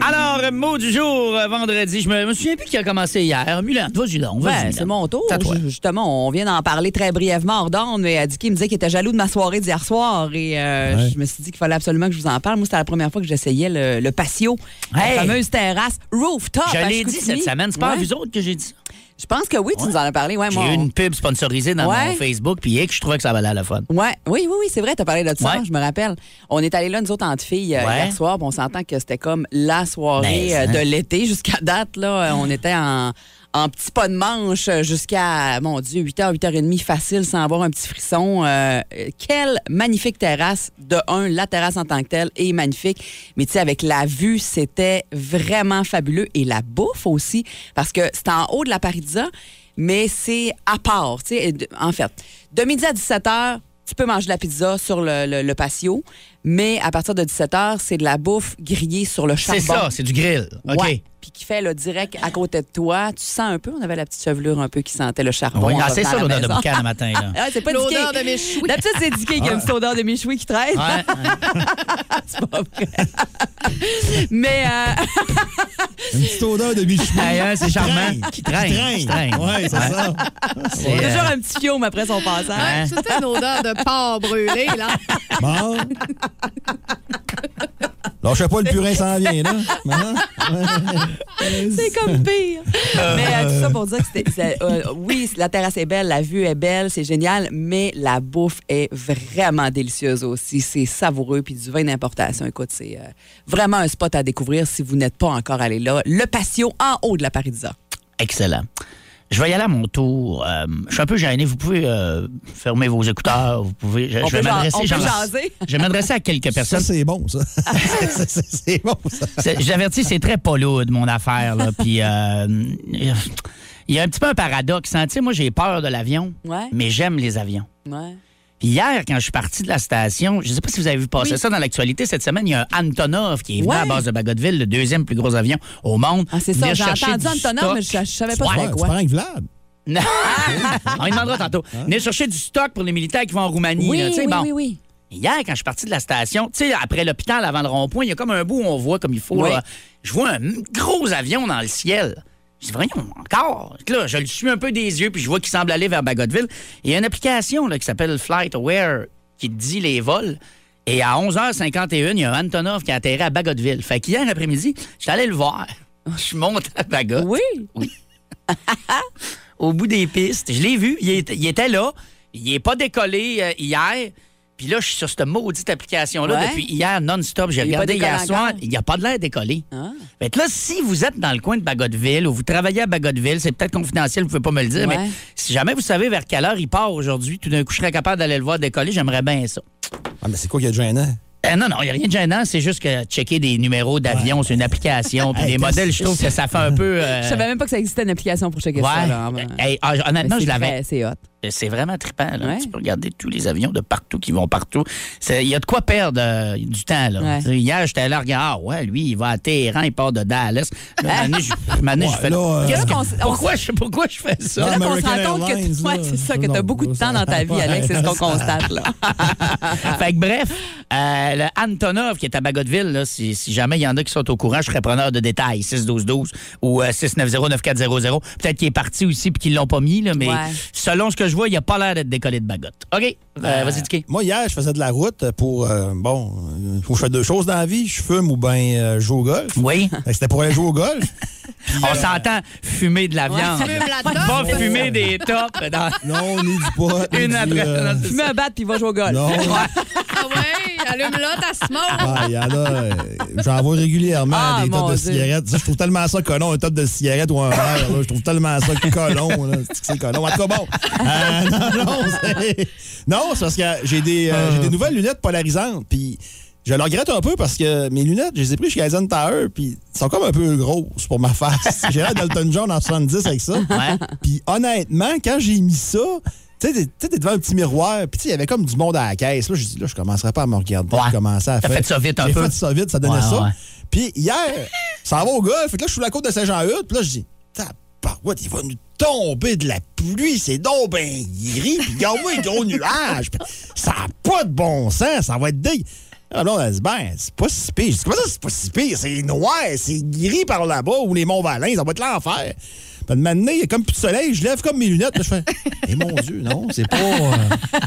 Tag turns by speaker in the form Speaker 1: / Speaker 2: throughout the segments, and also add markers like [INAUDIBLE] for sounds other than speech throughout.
Speaker 1: Alors, mot du jour, euh, vendredi. Je me, me souviens plus qui a commencé hier. Mulan, vas-y donc. vas-y,
Speaker 2: Ben,
Speaker 1: Mulan.
Speaker 2: c'est mon tour.
Speaker 1: C'est à toi.
Speaker 2: Ju- Justement, on vient d'en parler très brièvement hors d'onde, mais Adiki me disait qu'il était jaloux de ma soirée d'hier soir et euh,
Speaker 3: Ouais.
Speaker 2: je me suis dit qu'il fallait absolument que je vous en parle. Moi, c'était la première fois que j'essayais le, le patio,
Speaker 1: Hey!
Speaker 2: la fameuse terrasse rooftop.
Speaker 1: Je
Speaker 2: à
Speaker 1: l'ai dit
Speaker 2: Chicoutimi.
Speaker 1: cette semaine. C'est pas à
Speaker 2: Ouais.
Speaker 1: vous autres que j'ai dit ça.
Speaker 2: Je pense que oui, tu nous en as parlé. Ouais,
Speaker 1: J'ai
Speaker 2: moi,
Speaker 1: eu
Speaker 2: on-
Speaker 1: une pub sponsorisée dans
Speaker 2: Ouais.
Speaker 1: mon Facebook, puis eh, que je trouvais que ça valait la fun.
Speaker 2: Ouais, oui, oui, oui, c'est vrai, t'as parlé de ça,
Speaker 1: Ouais.
Speaker 2: je me rappelle. On est allé là, nous autres, en filles, euh,
Speaker 1: Ouais.
Speaker 2: hier soir, puis on s'entend que c'était comme la soirée
Speaker 1: Mais,
Speaker 2: euh,
Speaker 1: hein.
Speaker 2: de l'été jusqu'à date, là. Euh, On était en, en petit pas de manche euh, jusqu'à, mon Dieu, 8h, 8h30, facile, sans avoir un petit frisson. Euh, euh, quelle magnifique terrasse. De un, la terrasse en tant que telle est magnifique, mais tu sais, avec la vue, c'était vraiment fabuleux. Et la bouffe aussi, parce que c'est en haut de la Parizza, mais c'est à part, tu sais. Et de- En fait, de midi à 17h, tu peux manger de la pizza sur le, le- le patio, mais à partir de 17h, c'est de la bouffe grillée sur le charbon.
Speaker 1: C'est ça, c'est du grill. OK.
Speaker 2: Ouais. Puis qui fait là, direct à côté de toi. Tu sens un peu, on avait la petite chevelure un peu qui sentait le charbon.
Speaker 1: Ouais,
Speaker 2: en
Speaker 1: ah, c'est ça
Speaker 2: revenant à la
Speaker 1: l'odeur de
Speaker 2: maison.
Speaker 1: boucan le matin.
Speaker 2: [LAUGHS]
Speaker 1: Là.
Speaker 2: Ah, c'est pas
Speaker 4: L'odeur
Speaker 2: Dicky.
Speaker 4: de mes chouilles.
Speaker 2: D'habitude, c'est Dicky qui a une petite odeur de Michoui qui traîne.
Speaker 1: Ouais.
Speaker 2: Mais euh, [LAUGHS]
Speaker 3: Une petite odeur de mi-chemin.
Speaker 1: Hey, hein, c'est charmant. Qui traîne.
Speaker 3: Train.
Speaker 1: Qui traîne.
Speaker 3: Ouais, c'est ça.
Speaker 1: C'est, euh,
Speaker 2: toujours un petit fiume après son passage.
Speaker 1: hein.
Speaker 4: C'était une odeur de porc brûlé, là.
Speaker 3: Bon. Lâchez pas, le purin s'en vient, là. Hein?
Speaker 1: [LAUGHS]
Speaker 2: C'est comme pire. Mais euh, tout ça pour dire que c'était. c'est- euh, oui, la terrasse est belle, la vue est belle, c'est génial, mais la bouffe est vraiment délicieuse aussi. C'est savoureux, puis du vin d'importation. Écoute, c'est euh, vraiment un spot à découvrir si vous n'êtes pas encore allé là. Le patio en haut de la Parizza.
Speaker 1: Excellent. Je vais y aller à mon tour. Euh, je suis un peu gêné. Vous pouvez euh, fermer vos écouteurs. Vous pouvez. Je,
Speaker 2: On
Speaker 1: je vais
Speaker 2: peut jan- on
Speaker 1: m'adresser.
Speaker 2: peut
Speaker 1: j'en-
Speaker 2: jaser.
Speaker 1: Je vais m'adresser à
Speaker 2: [LAUGHS]
Speaker 1: quelques
Speaker 3: Ça,
Speaker 1: personnes.
Speaker 3: c'est
Speaker 1: [LAUGHS]
Speaker 3: bon, ça. C'est- c'est c'est bon, ça.
Speaker 1: C'est- J'avertis, c'est très pas lourd, mon affaire. Là. Puis, euh, il y a un petit peu un paradoxe. hein. Tu sais, moi, j'ai peur de l'avion,
Speaker 2: Ouais.
Speaker 1: mais j'aime les avions.
Speaker 2: Ouais.
Speaker 1: Puis hier, quand je suis parti de la station, je ne sais pas si vous avez vu passer ça dans l'actualité cette semaine, il y a un Antonov qui est venu
Speaker 2: Ouais.
Speaker 1: à la base de Bagotville, le deuxième plus gros avion au monde.
Speaker 2: Ah, c'est ça,
Speaker 1: venir
Speaker 2: j'ai
Speaker 1: chercher
Speaker 2: entendu
Speaker 1: du
Speaker 2: Antonov, mais
Speaker 1: stock.
Speaker 2: je, je savais pas
Speaker 1: Ouais,
Speaker 2: c'était
Speaker 3: Ouais, tu
Speaker 2: quoi.
Speaker 3: prends avec Vlad.
Speaker 1: Non. [LAUGHS] On lui demandera tantôt. Venez chercher du stock pour les militaires qui vont en Roumanie.
Speaker 2: Oui,
Speaker 1: là, tu sais,
Speaker 2: oui,
Speaker 1: bon.
Speaker 2: oui, oui.
Speaker 1: Hier, quand je suis parti de la station, tu sais, après l'hôpital, avant le rond-point, il y a comme un bout où on voit comme il faut.
Speaker 2: Oui.
Speaker 1: là. je vois un gros avion dans le ciel. Je dis, voyons, encore. Fait que Là, je le suis un peu des yeux, puis je vois qu'il semble aller vers Bagotville. Et il y a une application là, qui s'appelle Flight Aware qui te dit les vols. Et à 11h51, il y a un Antonov qui a atterri à Bagotville. Fait qu'hier après-midi, je suis allé le voir. [LAUGHS] Je suis monté à Bagot
Speaker 2: Oui.
Speaker 1: au bout des pistes. Je l'ai vu, il, est- il était là. Il n'est pas décollé euh, hier. Puis là, je suis sur cette maudite application-là
Speaker 2: Ouais.
Speaker 1: depuis hier, non-stop. J'ai
Speaker 2: Il est pas
Speaker 1: regardé hier
Speaker 2: décollé
Speaker 1: soir.
Speaker 2: encore.
Speaker 1: Il n'y a pas de l'air décollé.
Speaker 2: Ah.
Speaker 1: Fait que là, si vous êtes dans le coin de Bagotville ou vous travaillez à Bagotville, c'est peut-être confidentiel, vous ne pouvez pas me le dire,
Speaker 2: Ouais.
Speaker 1: mais si jamais vous savez vers quelle heure il part aujourd'hui, tout d'un coup, je serais capable d'aller le voir décoller, j'aimerais bien ça.
Speaker 3: Ah, mais c'est quoi qu'il y a de gênant?
Speaker 1: Euh, non, non, il n'y a rien de gênant, c'est juste que checker des numéros d'avion sur une application, puis
Speaker 3: Hey,
Speaker 1: des
Speaker 3: t'as-
Speaker 1: modèles, je trouve que ça fait un peu... euh,
Speaker 2: Je savais même pas que ça existait une application pour checker ça.
Speaker 1: ouais.
Speaker 2: là.
Speaker 1: Hey, ah,
Speaker 2: Mais
Speaker 1: honnêtement,
Speaker 2: c'est
Speaker 1: je l'avais Ah,
Speaker 2: très- C'est hot.
Speaker 1: Euh, c'est vraiment trippant. Là.
Speaker 2: Ouais.
Speaker 1: Tu peux regarder tous les avions de partout qui vont partout. C'est- Il y a de quoi perdre euh, du temps. Là.
Speaker 2: Ouais.
Speaker 1: Tu sais, Hier, j'étais là, regarde, ah ouais, lui, il va à Téhéran, il part de Dallas. Là, un moment donné, je- un moment donné, je
Speaker 3: Ouais,
Speaker 1: fais,
Speaker 3: là, euh,
Speaker 1: Qu'est-ce que-
Speaker 2: on s- on
Speaker 1: pourquoi, je, pourquoi je fais ça? [LAUGHS]
Speaker 2: C'est là qu'on se
Speaker 3: American
Speaker 2: rend compte
Speaker 3: Airlines,
Speaker 2: que
Speaker 3: là.
Speaker 2: ouais, c'est ça, que
Speaker 3: Non,
Speaker 2: t'as beaucoup de
Speaker 3: ça-
Speaker 2: temps dans ta vie,
Speaker 3: Ouais.
Speaker 2: Alex, c'est
Speaker 1: [LAUGHS]
Speaker 2: ce qu'on constate là.
Speaker 1: fait que bref, euh, le Antonov qui est à Bagotville, là, si, si jamais il y en a qui sont au courant, je serais preneur de détails. 6-12-12 ou euh, 690-9400. Peut-être qu'il est parti aussi puis qu'ils l'ont pas mis, là, mais
Speaker 2: Ouais.
Speaker 1: selon ce que je vois, il a pas l'air d'être décollé de Bagot. OK, euh, vas-y, Dicky.
Speaker 3: Moi, hier, je faisais de la route pour. euh, bon, euh, faut que je fais deux choses dans la vie. Je fume ou bien euh, je joue au golf.
Speaker 1: Oui.
Speaker 3: Fait que C'était pour aller jouer au golf.
Speaker 1: On s'entend fumer de la viande. [LAUGHS]
Speaker 4: Fume là-dedans.
Speaker 1: Va fumer des tops [LAUGHS] dans
Speaker 3: Non, ni du pot. ni
Speaker 1: une
Speaker 3: du,
Speaker 1: après.
Speaker 3: euh,
Speaker 1: non, c'est
Speaker 2: Tu
Speaker 1: ça.
Speaker 2: mets un bat puis va jouer au golf.
Speaker 3: non.
Speaker 4: Ah ouais, allume-là ta smoke.
Speaker 3: Ah, il y en a, euh, j'en vois régulièrement
Speaker 2: Ah,
Speaker 3: des
Speaker 2: mon
Speaker 3: tops de
Speaker 2: Dieu.
Speaker 3: cigarettes. Ça, je trouve tellement ça colon, un top de cigarettes ou un verre. là. Je trouve tellement ça colon. là. C'est que C'est colon. En tout cas, bon. Euh, non, non, c'est... non, c'est parce que j'ai des, euh, j'ai des nouvelles lunettes polarisantes. Puis. Je le regrette un peu parce que mes lunettes, je les ai prises chez Kaizen Tower, puis elles sont comme un peu grosses pour ma face. J'ai l'air d'Elton John en 70 avec ça.
Speaker 1: Ouais.
Speaker 3: Puis honnêtement, quand j'ai mis ça, tu sais, t'es- tu sais, t'es devant un petit miroir, puis tu sais, il y avait comme du monde à la caisse. Là, je dis, là, je commencerai pas à me regarder.
Speaker 1: Ouais.
Speaker 3: Je commençais à
Speaker 1: T'as
Speaker 3: faire.
Speaker 1: fait ça vite un
Speaker 3: J'ai
Speaker 1: peu.
Speaker 3: fait ça vite, ça donnait
Speaker 1: Ouais,
Speaker 3: ça.
Speaker 1: ouais.
Speaker 3: Puis hier, ça va au gars, fait que là, je suis sous la côte de Saint-Jean-Hude, puis là, je dis, tabarouette, il va nous tomber de la pluie, c'est donc ben gris, puis regarde-moi les gros nuages. Puis ça n'a pas de bon sens, ça va être dingue. Là, on a dit, ben, c'est pas si pire. Je dis, comment ça, c'est pas si pire? C'est noir, c'est gris par là-bas, ou les Monts-Valin, ça va être l'enfer. Puis de maintenant, il y a comme plus de soleil, je lève comme mes lunettes, puis je fais, eh mon Dieu, non, c'est pas. euh,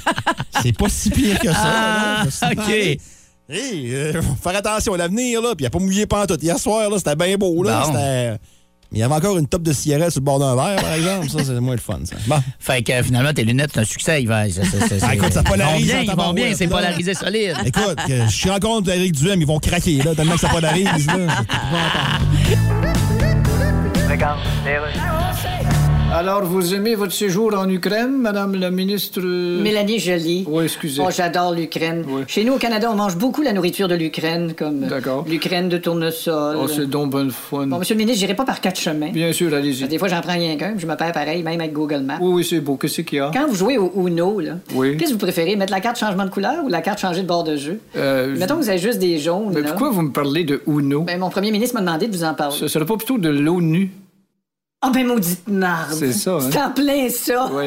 Speaker 3: c'est pas si pire que ça. non, je me suis dit,
Speaker 1: Ah, OK.
Speaker 3: ben, Hey, euh, [LAUGHS] faut faire attention à l'avenir, là. Puis il a pas mouillé pantoute. Hier soir, là, c'était bien beau, là.
Speaker 1: Bon.
Speaker 3: C'était- Mais il y avait encore une top de cigarette sur le bord d'un verre, par exemple. Ça, c'est moins le fun, ça. Bon.
Speaker 1: Fait que euh, finalement, tes lunettes, c'est un succès, Yvan. C'est- c'est- c'est-
Speaker 3: Ah, écoute, ça
Speaker 1: ils vont
Speaker 3: polarise,
Speaker 1: bien,
Speaker 3: hein,
Speaker 1: ils vont
Speaker 3: tabarouette,
Speaker 1: bien, c'est
Speaker 3: là.
Speaker 1: polarisé solide.
Speaker 3: Écoute, que je suis en compte d'Éric Duhem, ils vont craquer, là, tellement que ça polarise,
Speaker 1: [LAUGHS]
Speaker 3: là.
Speaker 5: Alors, vous aimez votre séjour en Ukraine, Madame la ministre? euh,
Speaker 6: Mélanie Jolie.
Speaker 5: Oui, excusez.
Speaker 6: Oh, j'adore l'Ukraine.
Speaker 5: Oui.
Speaker 6: Chez nous, au Canada, on mange beaucoup la nourriture de l'Ukraine, comme euh,
Speaker 5: D'accord.
Speaker 6: l'Ukraine de tournesol.
Speaker 5: Oh, c'est donc bonne fun.
Speaker 6: Bon, monsieur le ministre, j'irai pas par quatre chemins.
Speaker 5: Bien sûr, allez-y.
Speaker 6: Des fois, j'en prends rien qu'un, puis je me perds pareil, même avec Google Maps.
Speaker 5: Oui, oui, c'est beau. Qu'est-ce qu'il y a?
Speaker 6: Quand vous jouez au Uno, là,
Speaker 5: Oui.
Speaker 6: qu'est-ce que vous préférez, mettre la carte changement de couleur ou la carte changer de bord de jeu?
Speaker 5: Euh,
Speaker 6: Mettons que vous avez juste des jaunes,
Speaker 5: Mais
Speaker 6: là.
Speaker 5: pourquoi vous me parlez de Uno?
Speaker 6: Ben, mon premier ministre m'a demandé de vous en parler.
Speaker 5: Ce serait pas plutôt de l'ONU?
Speaker 6: Ah ben, maudite marde!
Speaker 5: C'est ça, hein?
Speaker 6: C'est en plein ça!
Speaker 5: Oui,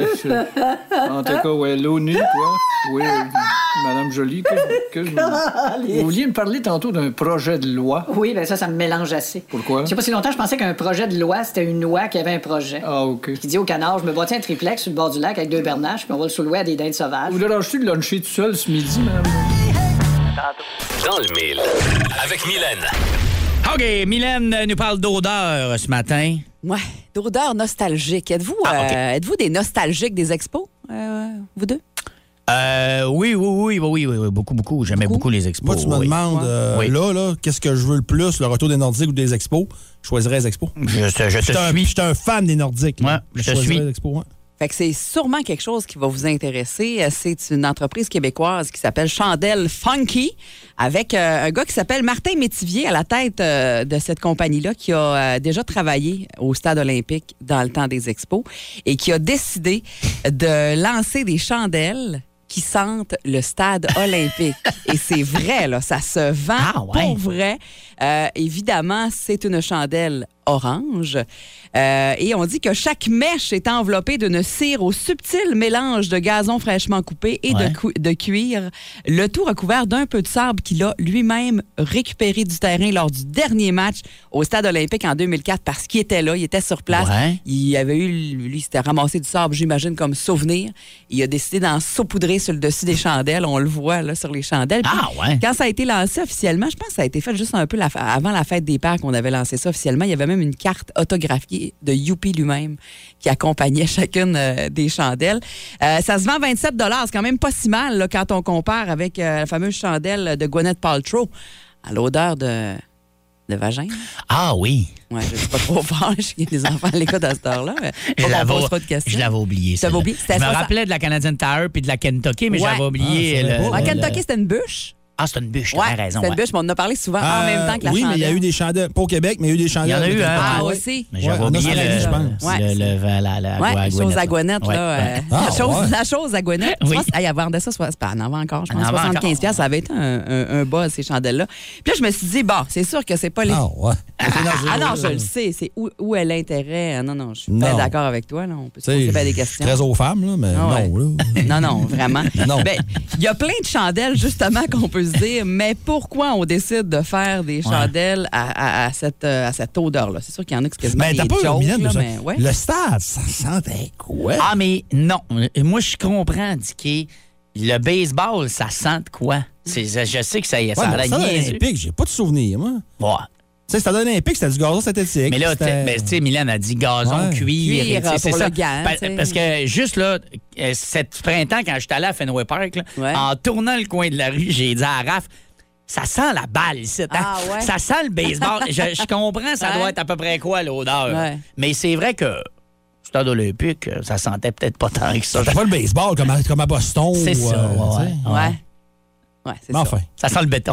Speaker 5: en tout cas, ouais, l'ONU, quoi. Oui, euh, Madame Jolie, que, que vous... vous vouliez me parler tantôt d'un projet de loi.
Speaker 6: Oui, ben ça, ça me mélange assez.
Speaker 5: Pourquoi?
Speaker 6: Je sais pas si longtemps, je pensais qu'un projet de loi, c'était une loi qui avait un projet.
Speaker 5: Ah, OK.
Speaker 6: qui dit au canard, je me bâtis un triplex sur le bord du lac avec deux bernaches, puis on va le soulever à des dindes sauvages.
Speaker 5: Vous dérangez de luncher tout seul ce midi, Madame Jolie?
Speaker 7: Dans le mille. Avec Mylène.
Speaker 1: OK, Mylène euh, nous parle d'odeur euh, ce matin.
Speaker 2: Ouais, d'odeur nostalgique. Êtes-vous
Speaker 1: Ah, ok.
Speaker 2: euh, êtes-vous des nostalgiques des expos, euh, vous deux?
Speaker 1: Euh, oui, oui, oui, oui, oui, oui, beaucoup, beaucoup. J'aimais beaucoup les expos.
Speaker 3: Moi, tu me
Speaker 1: oui.
Speaker 3: demandes, euh,
Speaker 1: Oui.
Speaker 3: là, là, qu'est-ce que je veux le plus, le retour des Nordiques ou des expos? Je choisirais les expos.
Speaker 1: Je, te- je te
Speaker 3: J'étais un,
Speaker 1: suis.
Speaker 3: j'étais un fan des Nordiques. là.
Speaker 1: Ouais, je te
Speaker 3: choisirais
Speaker 1: suis.
Speaker 3: les expos, ouais.
Speaker 2: Fait que c'est sûrement quelque chose qui va vous intéresser. Euh, C'est une entreprise québécoise qui s'appelle Chandelle Funky, avec euh, un gars qui s'appelle Martin Métivier à la tête euh, de cette compagnie-là, qui a euh, déjà travaillé au Stade olympique dans le temps des expos et qui a décidé de lancer des chandelles qui sentent le stade olympique. Et c'est vrai, là, ça se vend
Speaker 1: Ah, ouais.
Speaker 2: pour vrai. Euh, évidemment, c'est une chandelle orange. Euh, et on dit que chaque mèche est enveloppée d'une cire au subtil mélange de gazon fraîchement coupé et
Speaker 1: Ouais.
Speaker 2: de, cou- de cuir. Le tout recouvert d'un peu de sable qu'il a lui-même récupéré du terrain lors du dernier match au Stade olympique en 2004 parce qu'il était là, il était sur place.
Speaker 1: Ouais.
Speaker 2: Il avait eu, lui, il s'était ramassé du sable, j'imagine, comme souvenir. Il a décidé d'en saupoudrer sur le dessus des chandelles. On le voit, là, sur les chandelles. Puis,
Speaker 1: Ah, ouais.
Speaker 2: Quand ça a été lancé officiellement, je pense que ça a été fait juste un peu la- avant la fête des Pères qu'on avait lancé ça officiellement. Il y avait même une carte autographiée de Youpi lui-même qui accompagnait [LAUGHS] chacune euh, des chandelles. Euh, ça se vend 27 C'est quand même pas si mal, là, quand on compare avec euh, la fameuse chandelle de Gwyneth Paltrow à l'odeur de, de vagin.
Speaker 1: Ah oui.
Speaker 2: Ouais, je suis pas trop [LAUGHS] fort. J'ai des enfants à l'école à cette heure-là. mais
Speaker 1: Je
Speaker 2: pas qu'on
Speaker 1: l'avais,
Speaker 2: pose trop de questions.
Speaker 1: je l'avais oublié.
Speaker 2: Tu
Speaker 1: celle-là.
Speaker 2: l'avais oublié? C'était
Speaker 1: Je me
Speaker 2: soixante-
Speaker 1: rappelais de la Canadian Tire puis de la Kentucky, mais
Speaker 2: Ouais.
Speaker 1: j'avais oublié.
Speaker 3: Ah, ça
Speaker 1: le-
Speaker 3: va pas.
Speaker 2: En
Speaker 1: le-
Speaker 2: Kentucky, c'était une bûche.
Speaker 1: Ah, c'est une bûche, t'as bien raison.
Speaker 2: c'était
Speaker 1: ouais.
Speaker 2: une bûche, mais on en a parlé souvent Ah, en
Speaker 3: Euh,
Speaker 2: même temps que la
Speaker 3: Oui, mais il y a
Speaker 2: chandelle.
Speaker 3: eu des chandelles, pas au Québec, mais il y a eu des
Speaker 1: Il y en
Speaker 3: chandelles.
Speaker 1: a eu un.
Speaker 2: Ah,
Speaker 1: ouais.
Speaker 2: aussi.
Speaker 1: Mais
Speaker 3: Ouais,
Speaker 1: j'avais
Speaker 3: en
Speaker 1: oublié
Speaker 3: Australie,
Speaker 1: le,
Speaker 3: je pense.
Speaker 1: le-
Speaker 2: Ouais.
Speaker 1: le- la, la, la
Speaker 2: Ouais, la chose
Speaker 1: Gouinette,
Speaker 2: à Gouinette, là.
Speaker 1: Ouais,
Speaker 2: euh,
Speaker 1: ouais.
Speaker 3: Ah,
Speaker 2: la, chose,
Speaker 3: ouais.
Speaker 2: la chose à Gouinette.
Speaker 1: Oui.
Speaker 2: Je pense qu'elle vendait ça, soit, ben, elle en vend encore, je
Speaker 1: Elle
Speaker 2: pense,
Speaker 1: en vend
Speaker 2: 75
Speaker 1: encore.
Speaker 2: piastres. Ça avait été un, un, un bas, ces chandelles-là. Puis là, je me suis dit, bon, c'est sûr que c'est pas les...
Speaker 3: Ah, ouais.
Speaker 2: Ah non, je le sais, c'est où, où est l'intérêt. Ah Non, non, je suis
Speaker 3: Non.
Speaker 2: bien d'accord avec toi. Là. On peut se poser bien des questions.
Speaker 3: Très aux femmes, là, mais
Speaker 2: Ah ouais.
Speaker 3: non. Là.
Speaker 2: [LAUGHS] Non, non, vraiment.
Speaker 3: Non.
Speaker 2: Ben, il y a plein de chandelles, justement, qu'on peut se dire, mais pourquoi on décide de faire des chandelles à, à- à cette, euh, à cette odeur-là? C'est sûr qu'il y en a qui se quasiment
Speaker 3: [LAUGHS] Mais Ben, t'as
Speaker 2: des
Speaker 3: pas
Speaker 2: jokes,
Speaker 3: Mylène,
Speaker 2: là,
Speaker 3: ça-
Speaker 2: mais ouais.
Speaker 3: Le stade, ça sentait quoi?
Speaker 1: Ah, mais non. Moi, je comprends, Dicky. Le baseball, ça sent de quoi? C'est- Je sais que ça y est,
Speaker 3: Ouais,
Speaker 1: ça
Speaker 3: mais
Speaker 1: a
Speaker 3: le stade
Speaker 1: l'air niaiseux.
Speaker 3: olympique, j'ai pas de souvenir, moi.
Speaker 1: Ouais.
Speaker 3: Tu sais, le stade olympique, c'était du gazon synthétique.
Speaker 1: Mais là,
Speaker 3: c'était-
Speaker 1: t'es- ben, tu sais, Mylène a dit gazon,
Speaker 3: Ouais.
Speaker 1: cuir.
Speaker 2: Cuir,
Speaker 1: tu sais,
Speaker 2: euh,
Speaker 1: c'est
Speaker 2: pour
Speaker 1: ça.
Speaker 2: le gant,
Speaker 1: Pa-
Speaker 2: tu sais.
Speaker 1: parce que juste là, euh, cet printemps, quand j'étais allé à Fenway Park, là,
Speaker 2: Ouais.
Speaker 1: en tournant le coin de la rue, j'ai dit à Raph, ça sent la balle ici. hein?
Speaker 2: Ah ouais?
Speaker 1: Ça sent le baseball. je, je comprends, ça
Speaker 2: Ouais.
Speaker 1: doit être à peu près quoi l'odeur.
Speaker 2: Ouais.
Speaker 1: Mais c'est vrai que stade olympique, euh, ça sentait peut-être pas tant que ça.
Speaker 3: C'était pas le baseball comme à, comme à Boston.
Speaker 1: C'est
Speaker 3: ou,
Speaker 1: ça.
Speaker 3: euh,
Speaker 1: ouais,
Speaker 3: tu sais.
Speaker 1: ouais, ouais.
Speaker 2: Ouais. Ouais, c'est
Speaker 3: Mais
Speaker 2: ça.
Speaker 3: enfin.
Speaker 1: Ça sent le
Speaker 2: [LAUGHS]
Speaker 1: béton.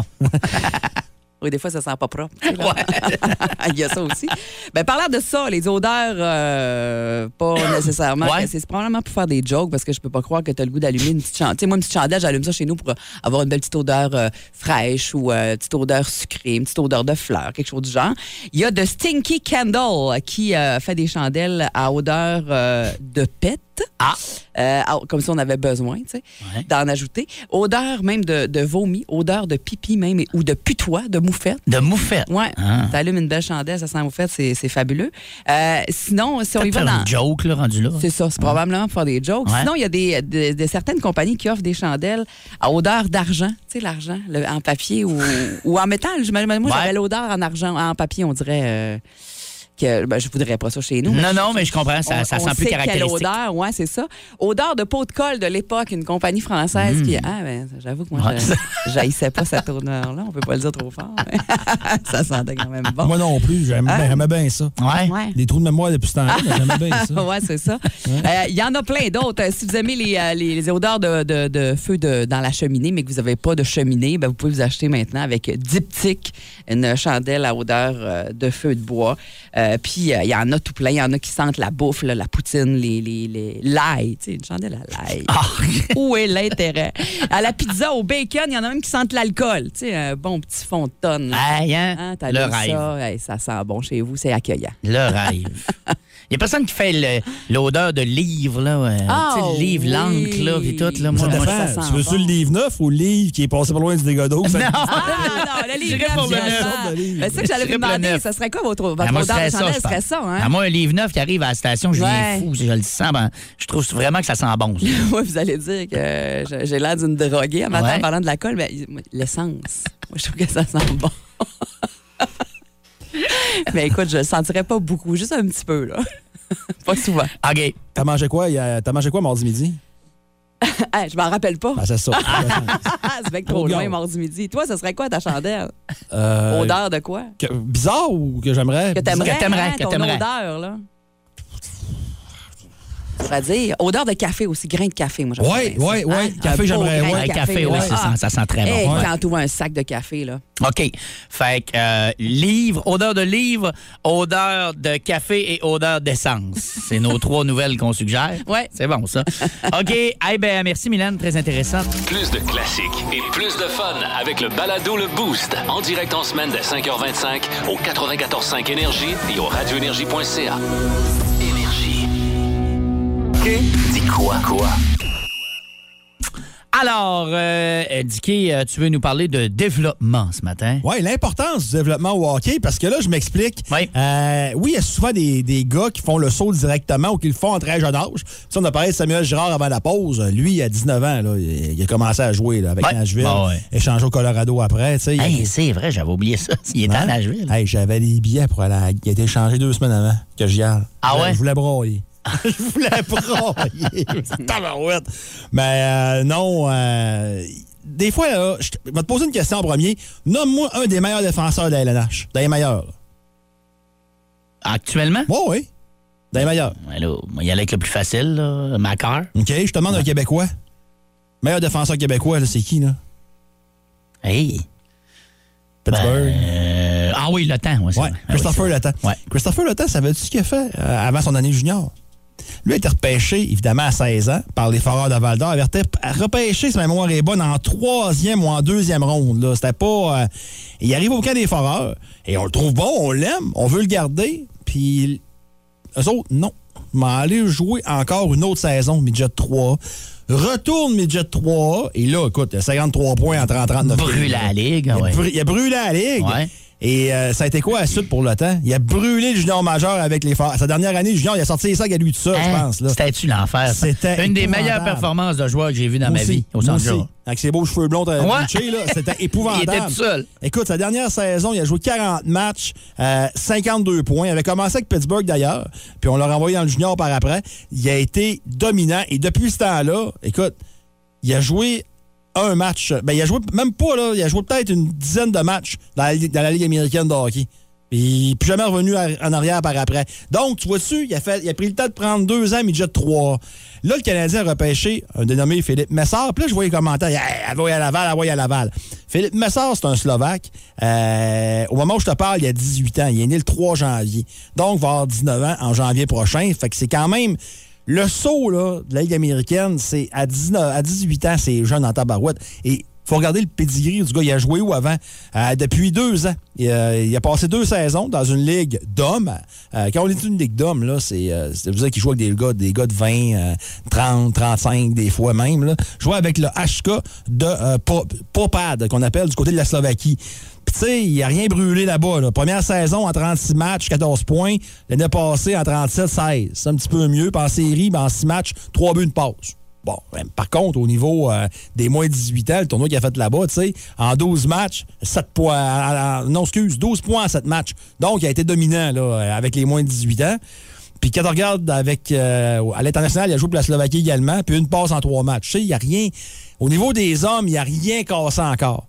Speaker 2: Oui, des fois, ça sent pas propre. tu sais, là.
Speaker 1: Ouais.
Speaker 2: [LAUGHS] Il y a ça aussi. Ben, parlant de ça, les odeurs, euh,
Speaker 1: [COUGHS]
Speaker 2: pas nécessairement.
Speaker 1: Ouais.
Speaker 2: C'est probablement pour faire des jokes parce que je peux pas croire que tu as le goût d'allumer une petite chandelle. Tu sais, moi, une petite chandelle, j'allume ça chez nous pour euh, avoir une belle petite odeur euh, fraîche ou euh, une petite odeur sucrée, une petite odeur de fleurs, quelque chose du genre. Il y a de Stinky Candle qui euh, fait des chandelles à odeur euh, de pète.
Speaker 1: Ah.
Speaker 2: Euh, ah, comme si on avait besoin, tu sais,
Speaker 1: Ouais.
Speaker 2: d'en ajouter. Odeur même de, de vomi, odeur de pipi même, et- ou de putois, de moufette.
Speaker 1: [LAUGHS] De moufette.
Speaker 2: Ouais.
Speaker 1: Ah.
Speaker 2: T'allumes une belle chandelle, ça sent au fait, c'est c'est fabuleux. Euh, sinon, si on y
Speaker 1: Peut-être
Speaker 2: va
Speaker 1: faire
Speaker 2: dans.
Speaker 1: une joke, là, rendu là.
Speaker 2: C'est ça, c'est probablement pour faire des jokes.
Speaker 1: Ouais.
Speaker 2: Sinon, il y a des, de- de certaines compagnies qui offrent des chandelles à odeur d'argent. Tu sais, l'argent, le- en papier
Speaker 1: [LAUGHS]
Speaker 2: ou, ou en métal. Je, me- moi,
Speaker 1: Ouais.
Speaker 2: j'avais l'odeur en argent, en papier, on dirait euh, que ben, je voudrais pas ça chez nous.
Speaker 1: Non, non, mais je comprends, ça,
Speaker 2: On-
Speaker 1: ça
Speaker 2: on
Speaker 1: sent plus
Speaker 2: sait
Speaker 1: caractéristique.
Speaker 2: Quelle odeur, ouais, c'est ça. Odeur de peau de colle de l'époque, une compagnie française qui. Ah, ben, j'avoue que moi,
Speaker 1: Hmm. Ouais.
Speaker 2: je j'haïssais pas cette odeur-là. On peut pas le dire trop fort. mais [LAUGHS] ça sentait quand même bon. Ah.
Speaker 3: Moi non plus, j'aime bien- j'aimais bien ça.
Speaker 1: Ouais.
Speaker 2: Ouais.
Speaker 3: Les trous de mémoire depuis ce temps-là, mais j'aimais
Speaker 2: [LAUGHS]
Speaker 3: bien ça.
Speaker 2: Ouais, c'est ça. Euh, Il y en a plein d'autres. Euh, Si vous aimez les, euh, les- les odeurs de, de- de feu de- dans la cheminée, mais que vous n'avez pas de cheminée, ben, vous pouvez vous acheter maintenant avec Diptyque, une chandelle à odeur euh, de feu de bois. Euh, Puis euh, il y en a tout plein. Il y en a qui sentent la bouffe, là, la poutine, les, les, les- l'ail. Tu sais, une chandelle à l'ail. [LAUGHS] Où est l'intérêt? À la pizza, au bacon, il y en a même qui sentent l'alcool. Tu sais, un bon petit fond de tonne. là.
Speaker 1: Aïe, hein?
Speaker 2: Hein, t'allumes
Speaker 1: le rêve.
Speaker 2: Ça, hey, ça sent bon chez vous, c'est accueillant.
Speaker 1: Le
Speaker 2: [LAUGHS]
Speaker 1: rêve. Il y a personne qui fait le- l'odeur de livre, là. euh,
Speaker 2: Ah,
Speaker 1: tu sais, le livre,
Speaker 2: oui.
Speaker 1: l'encre, là, puis tout, là.
Speaker 2: Ça
Speaker 1: Moi,
Speaker 3: Ça
Speaker 1: moi,
Speaker 3: dépend.
Speaker 2: ça sent
Speaker 3: tu veux tu
Speaker 2: bon.
Speaker 3: le livre neuf ou le livre qui est passé pas loin du dégât
Speaker 2: [LAUGHS]
Speaker 3: d'eau? Ça-
Speaker 2: Ah
Speaker 1: [LAUGHS]
Speaker 2: non, le livre
Speaker 1: J'irais pour
Speaker 2: neuf,
Speaker 1: le
Speaker 2: j'aime
Speaker 1: neuf.
Speaker 2: ça.
Speaker 3: Sorte de livre.
Speaker 2: Ben, C'est ça que j'allais
Speaker 1: J'irais
Speaker 2: vous
Speaker 1: pour le
Speaker 2: demander.
Speaker 1: neuf.
Speaker 2: Ça serait quoi votre,
Speaker 1: Ah,
Speaker 2: votre
Speaker 1: moi,
Speaker 2: odeur de
Speaker 1: je
Speaker 2: chandelle?
Speaker 1: je
Speaker 2: Ce
Speaker 1: pense.
Speaker 2: serait ça,
Speaker 1: À
Speaker 2: hein? [LAUGHS]
Speaker 1: moi, un livre neuf qui arrive à la station, je
Speaker 2: Ouais.
Speaker 1: les fous, je le sens. ben, je trouve vraiment que ça sent bon. ça.
Speaker 2: [LAUGHS] Moi, vous allez dire que euh, j'ai- j'ai l'air d'une droguée en matin
Speaker 1: Ouais.
Speaker 2: en parlant de la colle, mais moi, l'essence, moi, je trouve que ça sent bon. [LAUGHS] mais écoute, je le sentirais pas beaucoup, juste un petit peu, là. [LAUGHS] pas souvent.
Speaker 1: OK.
Speaker 3: T'as mangé quoi? hier- T'as mangé quoi mardi midi?
Speaker 2: Hey, je m'en rappelle pas.
Speaker 3: Ben, c'est ça.
Speaker 2: Ah, [LAUGHS] c'est bien que trop
Speaker 3: Regarde.
Speaker 2: loin, mardi midi. Toi, ça serait quoi ta chandelle?
Speaker 3: Euh,
Speaker 2: Odeur de quoi?
Speaker 3: que- bizarre ou que j'aimerais?
Speaker 2: Que t'aimerais,
Speaker 1: que t'aimerais,
Speaker 2: hein,
Speaker 1: que
Speaker 2: ton
Speaker 1: t'aimerais.
Speaker 2: odeur, là. C'est-à-dire, odeur de café aussi, grain de café, moi, j'aime
Speaker 3: Ouais,
Speaker 2: bien ça.
Speaker 3: ouais, ouais. Café,
Speaker 2: Un beau
Speaker 3: j'aimerais,
Speaker 2: grain de
Speaker 3: ouais.
Speaker 1: Un café, oui,
Speaker 2: là.
Speaker 1: ça,
Speaker 2: Ah,
Speaker 1: sent, ça sent très
Speaker 2: hey,
Speaker 1: bon.
Speaker 2: Quand tu vois un sac de café, là.
Speaker 1: OK. Fait que euh, livre, odeur de livre, odeur de café et odeur d'essence. C'est nos trois [LAUGHS] nouvelles qu'on suggère.
Speaker 2: Ouais.
Speaker 1: C'est bon, ça. OK. Eh ben, merci, Mylène. Très intéressant.
Speaker 7: Plus de classiques et plus de fun avec le balado Le Boost. En direct en semaine dès 5h25 au 94.5 Énergie et au radioénergie.ca. Énergie. Dis quoi, quoi?
Speaker 1: Alors, euh, Dicky, euh, tu veux nous parler de développement ce matin?
Speaker 3: Oui, l'importance du développement au hockey, parce que là, je m'explique.
Speaker 1: Oui.
Speaker 3: Euh, oui, il y a souvent des, des gars qui font le saut directement ou qui le font en très jeune âge. Ça, on a parlé de Samuel Girard avant la pause. Lui, à 19 ans, là, il il a commencé à jouer là, avec
Speaker 1: Ouais.
Speaker 3: Nashville.
Speaker 1: Ah ouais.
Speaker 3: Échangé au Colorado après. tu sais. Il-
Speaker 1: Hey, c'est vrai, j'avais oublié ça. [LAUGHS] Il était à
Speaker 3: Hein?
Speaker 1: Nashville.
Speaker 3: Hey, j'avais des billets pour aller. à- Il a été échangé deux semaines avant que j'y aille.
Speaker 1: Ah ouais?
Speaker 3: Je
Speaker 1: [LAUGHS]
Speaker 3: voulais broyer. je voulais broyer. Tabarouette. Mais euh, non, euh, des fois, là, je te- je vais te poser une question en premier. Nomme-moi un des meilleurs défenseurs de la LNH. Des meilleurs.
Speaker 1: Actuellement?
Speaker 3: Oui, oui. Des meilleurs.
Speaker 1: Ouais, là, il y allait avec le plus facile, là, Macaire.
Speaker 3: OK, je te demande un Québécois. Meilleur défenseur québécois, là, c'est qui, là?
Speaker 1: Hey. Ben,
Speaker 3: Pittsburgh.
Speaker 1: Euh, ah oui, le temps. Ouais, c'est
Speaker 3: Ouais,
Speaker 1: vrai. Ah
Speaker 3: Christopher
Speaker 1: oui,
Speaker 3: Le
Speaker 1: c'est
Speaker 3: Temps.
Speaker 1: vrai. Ouais.
Speaker 3: Christopher Le Temps, savais-tu ce qu'il a fait euh, avant son année junior? Lui a été repêché, évidemment, à 16 ans, par les Foreurs de Val-d'Or. Il avait été repêché, si ma mémoire est bonne, en troisième ou en deuxième ronde. là. C'était pas... euh, il arrive au camp des Foreurs, et on le trouve bon, on l'aime, on veut le garder, puis eux autres, non. M'en aller jouer encore une autre saison, Midget 3. Retourne Midget 3, et là, écoute, il a 53 points en 30-39.
Speaker 1: Brûle la ligue, ah
Speaker 3: Il a
Speaker 1: ouais.
Speaker 3: brû- il a brûlé la ligue.
Speaker 1: Ouais.
Speaker 3: Et euh, ça a été quoi la suite pour le temps? Il a brûlé le junior majeur avec les forces. Sa dernière année, junior, il a sorti les sacs à lui tout ça, je
Speaker 1: Hein?
Speaker 3: pense. là.
Speaker 1: C'était-tu l'enfer? ça?
Speaker 3: C'était
Speaker 1: Une des
Speaker 3: épouvantable.
Speaker 1: meilleures performances de joueur que j'ai vues dans
Speaker 3: Moi
Speaker 1: ma
Speaker 3: aussi,
Speaker 1: vie au
Speaker 3: moi
Speaker 1: centre
Speaker 3: aussi.
Speaker 1: Jean.
Speaker 3: Avec ses beaux cheveux blonds, euh,
Speaker 1: Ouais.
Speaker 3: bleachés, là,
Speaker 1: [LAUGHS]
Speaker 3: c'était épouvantable.
Speaker 1: Il était tout seul.
Speaker 3: Écoute, sa dernière saison, il a joué 40 matchs, euh, 52 points. Il avait commencé avec Pittsburgh d'ailleurs, puis on l'a renvoyé dans le junior par après. Il a été dominant et depuis ce temps-là, écoute, il a joué un match. Ben, il a joué même pas, là, il a joué peut-être une dizaine de matchs dans la, dans la Ligue américaine de hockey. Puis il n'est plus jamais revenu à- en arrière par après. Donc, tu vois-tu, il a, fait, il a pris le temps de prendre deux ans, mais déjà trois. Là, le Canadien a repêché un dénommé Philippe Messard. Puis là, je voyais les commentaires. Hey, elle va y à Laval, elle va y à Laval. Philippe Messard, c'est un Slovaque. Euh, au moment où je te parle, il a 18 ans. Il est né le 3 janvier. Donc, il va avoir 19 ans en janvier prochain. Fait que c'est quand même. Le saut là, de la Ligue américaine, c'est à, 19 à 18 ans, c'est jeune en tabarouette. Et faut regarder le pedigree du gars. Il a joué où avant? Euh, depuis deux ans. Il, euh, il a passé deux saisons dans une ligue d'hommes. Euh, quand on est dans une ligue d'hommes, là, c'est, euh, c'est- vous dire qu'il joue avec des gars, des gars de 20, euh, 30, 35, des fois même. Là. Jouer avec le HK de euh, Po- Popad, qu'on appelle du côté de la Slovaquie. Puis, tu sais, il n'a rien brûlé là-bas. là. Première saison en 36 matchs, 14 points. L'année passée en 37, 16. C'est un petit peu mieux. Puis en série, ben, en 6 matchs, 3 buts, une passe. Bon, ben, par contre, au niveau euh, des moins de 18 ans, le tournoi qu'il a fait là-bas, tu sais, en 12 matchs, 7 points. en- en- non, excuse, 12 points en 7 matchs. Donc, il a été dominant là, euh, avec les moins de 18 ans. Puis quand on regarde avec, euh, à l'international, il a joué pour la Slovaquie également, puis une passe en 3 matchs. Tu sais, il n'y a rien. Au niveau des hommes, il n'y a rien cassé encore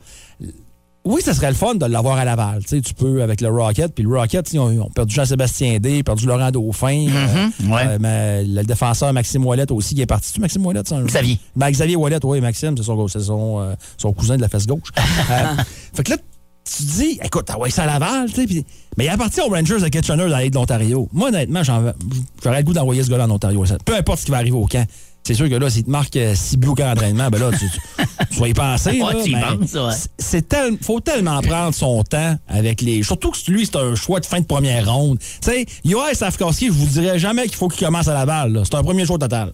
Speaker 3: oui, ça serait le fun de l'avoir à Laval. Tu sais, tu peux avec le Rocket. Puis le Rocket, ils ont, ils ont perdu Jean-Sébastien D, perdu Laurent Dauphin. euh,
Speaker 1: Mhm, ouais.
Speaker 3: euh, mais le défenseur Maxime Ouellet aussi qui est parti. Tu Maxime Ouellet? ça, un-
Speaker 1: Xavier.
Speaker 3: Ben, Xavier Ouellet, oui, Maxime, c'est son, c'est son, euh, son cousin de la
Speaker 1: [LAUGHS]
Speaker 3: fesse gauche. Euh, fait que là, tu te dis, écoute, ah ouais, c'est à Laval, tu sais. puis- Mais il est parti aux Rangers de Kitchener dans la Ligue d'Ontario. Moi, honnêtement, j'en- j'aurais le goût d'envoyer ce gars-là en Ontario. Ça- Peu importe ce qui va arriver au camp. C'est sûr que là, s'il te marque 6 buts au camp d'entraînement, ben là, tu, tu- tu vas y penser.
Speaker 1: Ouais,
Speaker 3: là,
Speaker 1: tu y
Speaker 3: mais
Speaker 1: penses, ouais.
Speaker 3: c'est- c'est tel- faut tellement prendre son temps avec les. Surtout que lui, c'est un choix de fin de première ronde. Tu sais, Yoav Safkowski, je vous dirais jamais qu'il faut qu'il commence à Laval. là. C'est un premier choix total.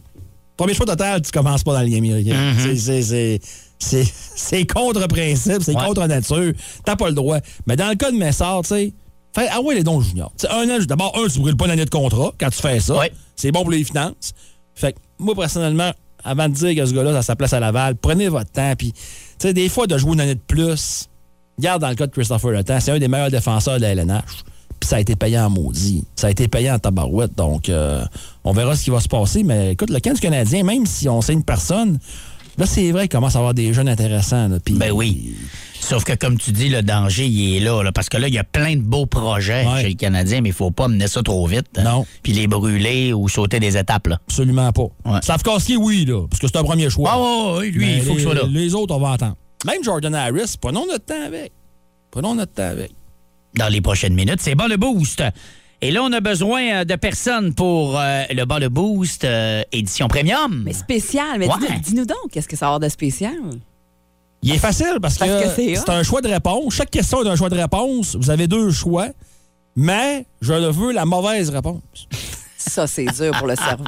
Speaker 3: Premier choix total, tu commences pas dans la Ligue américaine.
Speaker 1: Mhm.
Speaker 3: C'est- c'est- c'est- c'est- C'est contre principe, c'est
Speaker 1: Ouais.
Speaker 3: contre nature. T'as pas le droit. Mais dans le cas de Messard, tu sais, fais- ah ouais, les dons juniors. Tu sais, un an, d'abord, un, tu brûles pas une année de contrat quand tu fais ça.
Speaker 1: Ouais.
Speaker 3: C'est bon pour les finances. Fait que moi, personnellement, avant de dire que ce gars-là, ça a sa place à Laval, prenez votre temps. Puis, tu sais, des fois, de jouer une année de plus, regarde dans le cas de Christopher Le Temps, c'est un des meilleurs défenseurs de la LNH. Puis ça a été payant en maudit. Ça a été payant en tabarouette. Donc, euh, on verra ce qui va se passer. Mais écoute, le camp du Canadien, même si on sait une personne, là, c'est vrai qu'il commence à avoir des jeunes intéressants. là. Puis-
Speaker 1: Ben oui. Sauf que, comme tu dis, le danger, il est là. là, parce que là, il y a plein de beaux projets
Speaker 3: Ouais.
Speaker 1: chez les Canadiens, mais il faut pas mener ça trop vite. hein.
Speaker 3: Non.
Speaker 1: Puis les brûler ou sauter des étapes. Là.
Speaker 3: Absolument pas.
Speaker 1: Ouais.
Speaker 3: Slavkowski, oui, là, parce que c'est un premier choix.
Speaker 1: Ah ouais, ouais, lui,
Speaker 3: Mais
Speaker 1: il faut
Speaker 3: les,
Speaker 1: qu'il soit là.
Speaker 3: Les autres, on va attendre. Même Jordan Harris, prenons notre temps avec. Prenons notre temps avec.
Speaker 1: dans les prochaines minutes. C'est Bas le Boost. Et là, on a besoin euh, de personnes pour euh, le Bas le Boost euh, édition premium.
Speaker 2: Mais spécial, mais
Speaker 1: Ouais.
Speaker 2: dis-nous- dis-nous donc, qu'est-ce que ça va avoir de spécial?
Speaker 3: Il est facile parce que,
Speaker 2: Parce que c'est
Speaker 3: c'est
Speaker 2: hot.
Speaker 3: un choix de réponse. Chaque question est un choix de réponse. Vous avez deux choix, mais je le veux la mauvaise réponse.
Speaker 2: Ça, c'est dur pour le cerveau.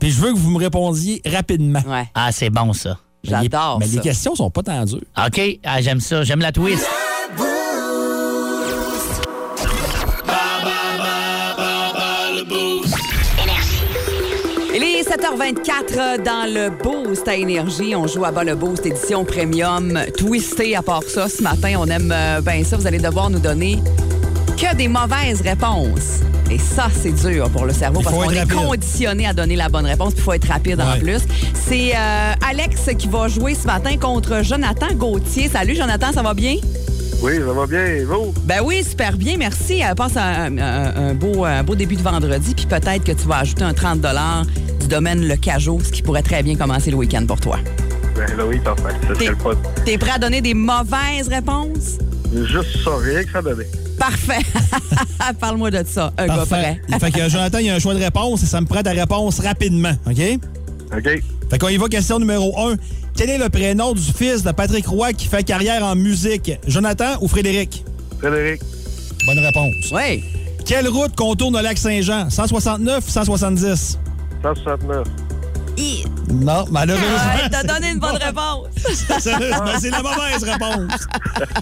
Speaker 3: Puis je veux que vous me répondiez rapidement.
Speaker 2: Ouais,
Speaker 1: Ah, c'est bon, ça.
Speaker 3: Mais les-
Speaker 2: j'adore
Speaker 3: Mais les
Speaker 2: ça.
Speaker 3: questions sont pas tant dures.
Speaker 1: OK, ah, j'aime ça. J'aime la twist.
Speaker 2: Il est 7h24 euh, dans le Boost à Énergie. On joue à bas le Boost édition premium. Twisté à part ça, ce matin, on aime euh, ben ça. Vous allez devoir nous donner que des mauvaises réponses. Et ça, c'est dur pour le cerveau
Speaker 3: Il
Speaker 2: parce
Speaker 3: faut
Speaker 2: qu'on
Speaker 3: être
Speaker 2: est
Speaker 3: rapide.
Speaker 2: conditionné à donner la bonne réponse. Il faut être rapide en
Speaker 3: Ouais.
Speaker 2: plus. C'est euh, Alex qui va jouer ce matin contre Jonathan Gauthier. Salut Jonathan, ça va bien?
Speaker 8: Oui, ça va bien, et vous?
Speaker 2: Ben oui, super bien, merci. Euh, Passe un, un- un beau, un beau début de vendredi, puis peut-être que tu vas ajouter un 30 du domaine Le Cajot, ce qui pourrait très bien commencer le week-end pour toi.
Speaker 8: Ben là, oui, parfait. Ça
Speaker 2: T'es-
Speaker 8: serait le pas.
Speaker 2: T'es prêt à donner des mauvaises réponses?
Speaker 8: Juste ça, rien que ça donnait.
Speaker 2: Parfait. [LAUGHS] Parle-moi de ça, un gars prêt.
Speaker 3: fait que euh, Jonathan, il y a un choix de réponse et ça me prend ta réponse rapidement. OK?
Speaker 8: OK?
Speaker 3: Fait qu'on y va, question numéro 1. Quel est le prénom du fils de Patrick Roy qui fait carrière en musique? Jonathan ou Frédéric?
Speaker 8: Frédéric,
Speaker 3: Bonne réponse.
Speaker 2: Oui.
Speaker 3: Quelle route contourne le lac Saint-Jean? 169 170?
Speaker 8: 169.
Speaker 2: Hi.
Speaker 3: Non, malheureusement.
Speaker 2: Ouais, T'as Euh, donné une bonne réponse. Ah.
Speaker 3: Sérieusement, c'est la mauvaise réponse.
Speaker 2: [LAUGHS]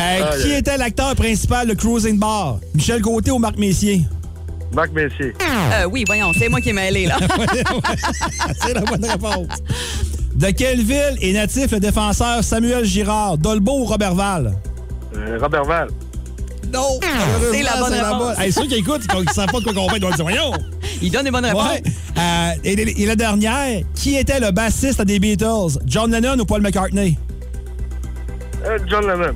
Speaker 2: Ah,
Speaker 3: Euh, qui était l'acteur principal de Cruising Bar? Michel Côté ou Marc
Speaker 2: [LAUGHS]
Speaker 3: Messier?
Speaker 8: Marc Messier.
Speaker 2: Euh, oui, voyons, c'est moi qui ai mêlé, là.
Speaker 3: C'est la bonne réponse. De quelle ville est natif le défenseur Samuel Girard? Dolbeau ou Robertval?
Speaker 8: Euh, Robert Val.
Speaker 3: Non!
Speaker 2: C'est la bonne réponse.
Speaker 3: Hey, ceux qui écoutent, qui ne savent pas de quoi qu'on fait, ils doivent dire voyons!
Speaker 2: Il donne des bonnes réponses.
Speaker 3: Ouais. Euh, et, et la dernière, qui était le bassiste des Beatles? John Lennon ou Paul McCartney?
Speaker 8: Euh, John Lennon.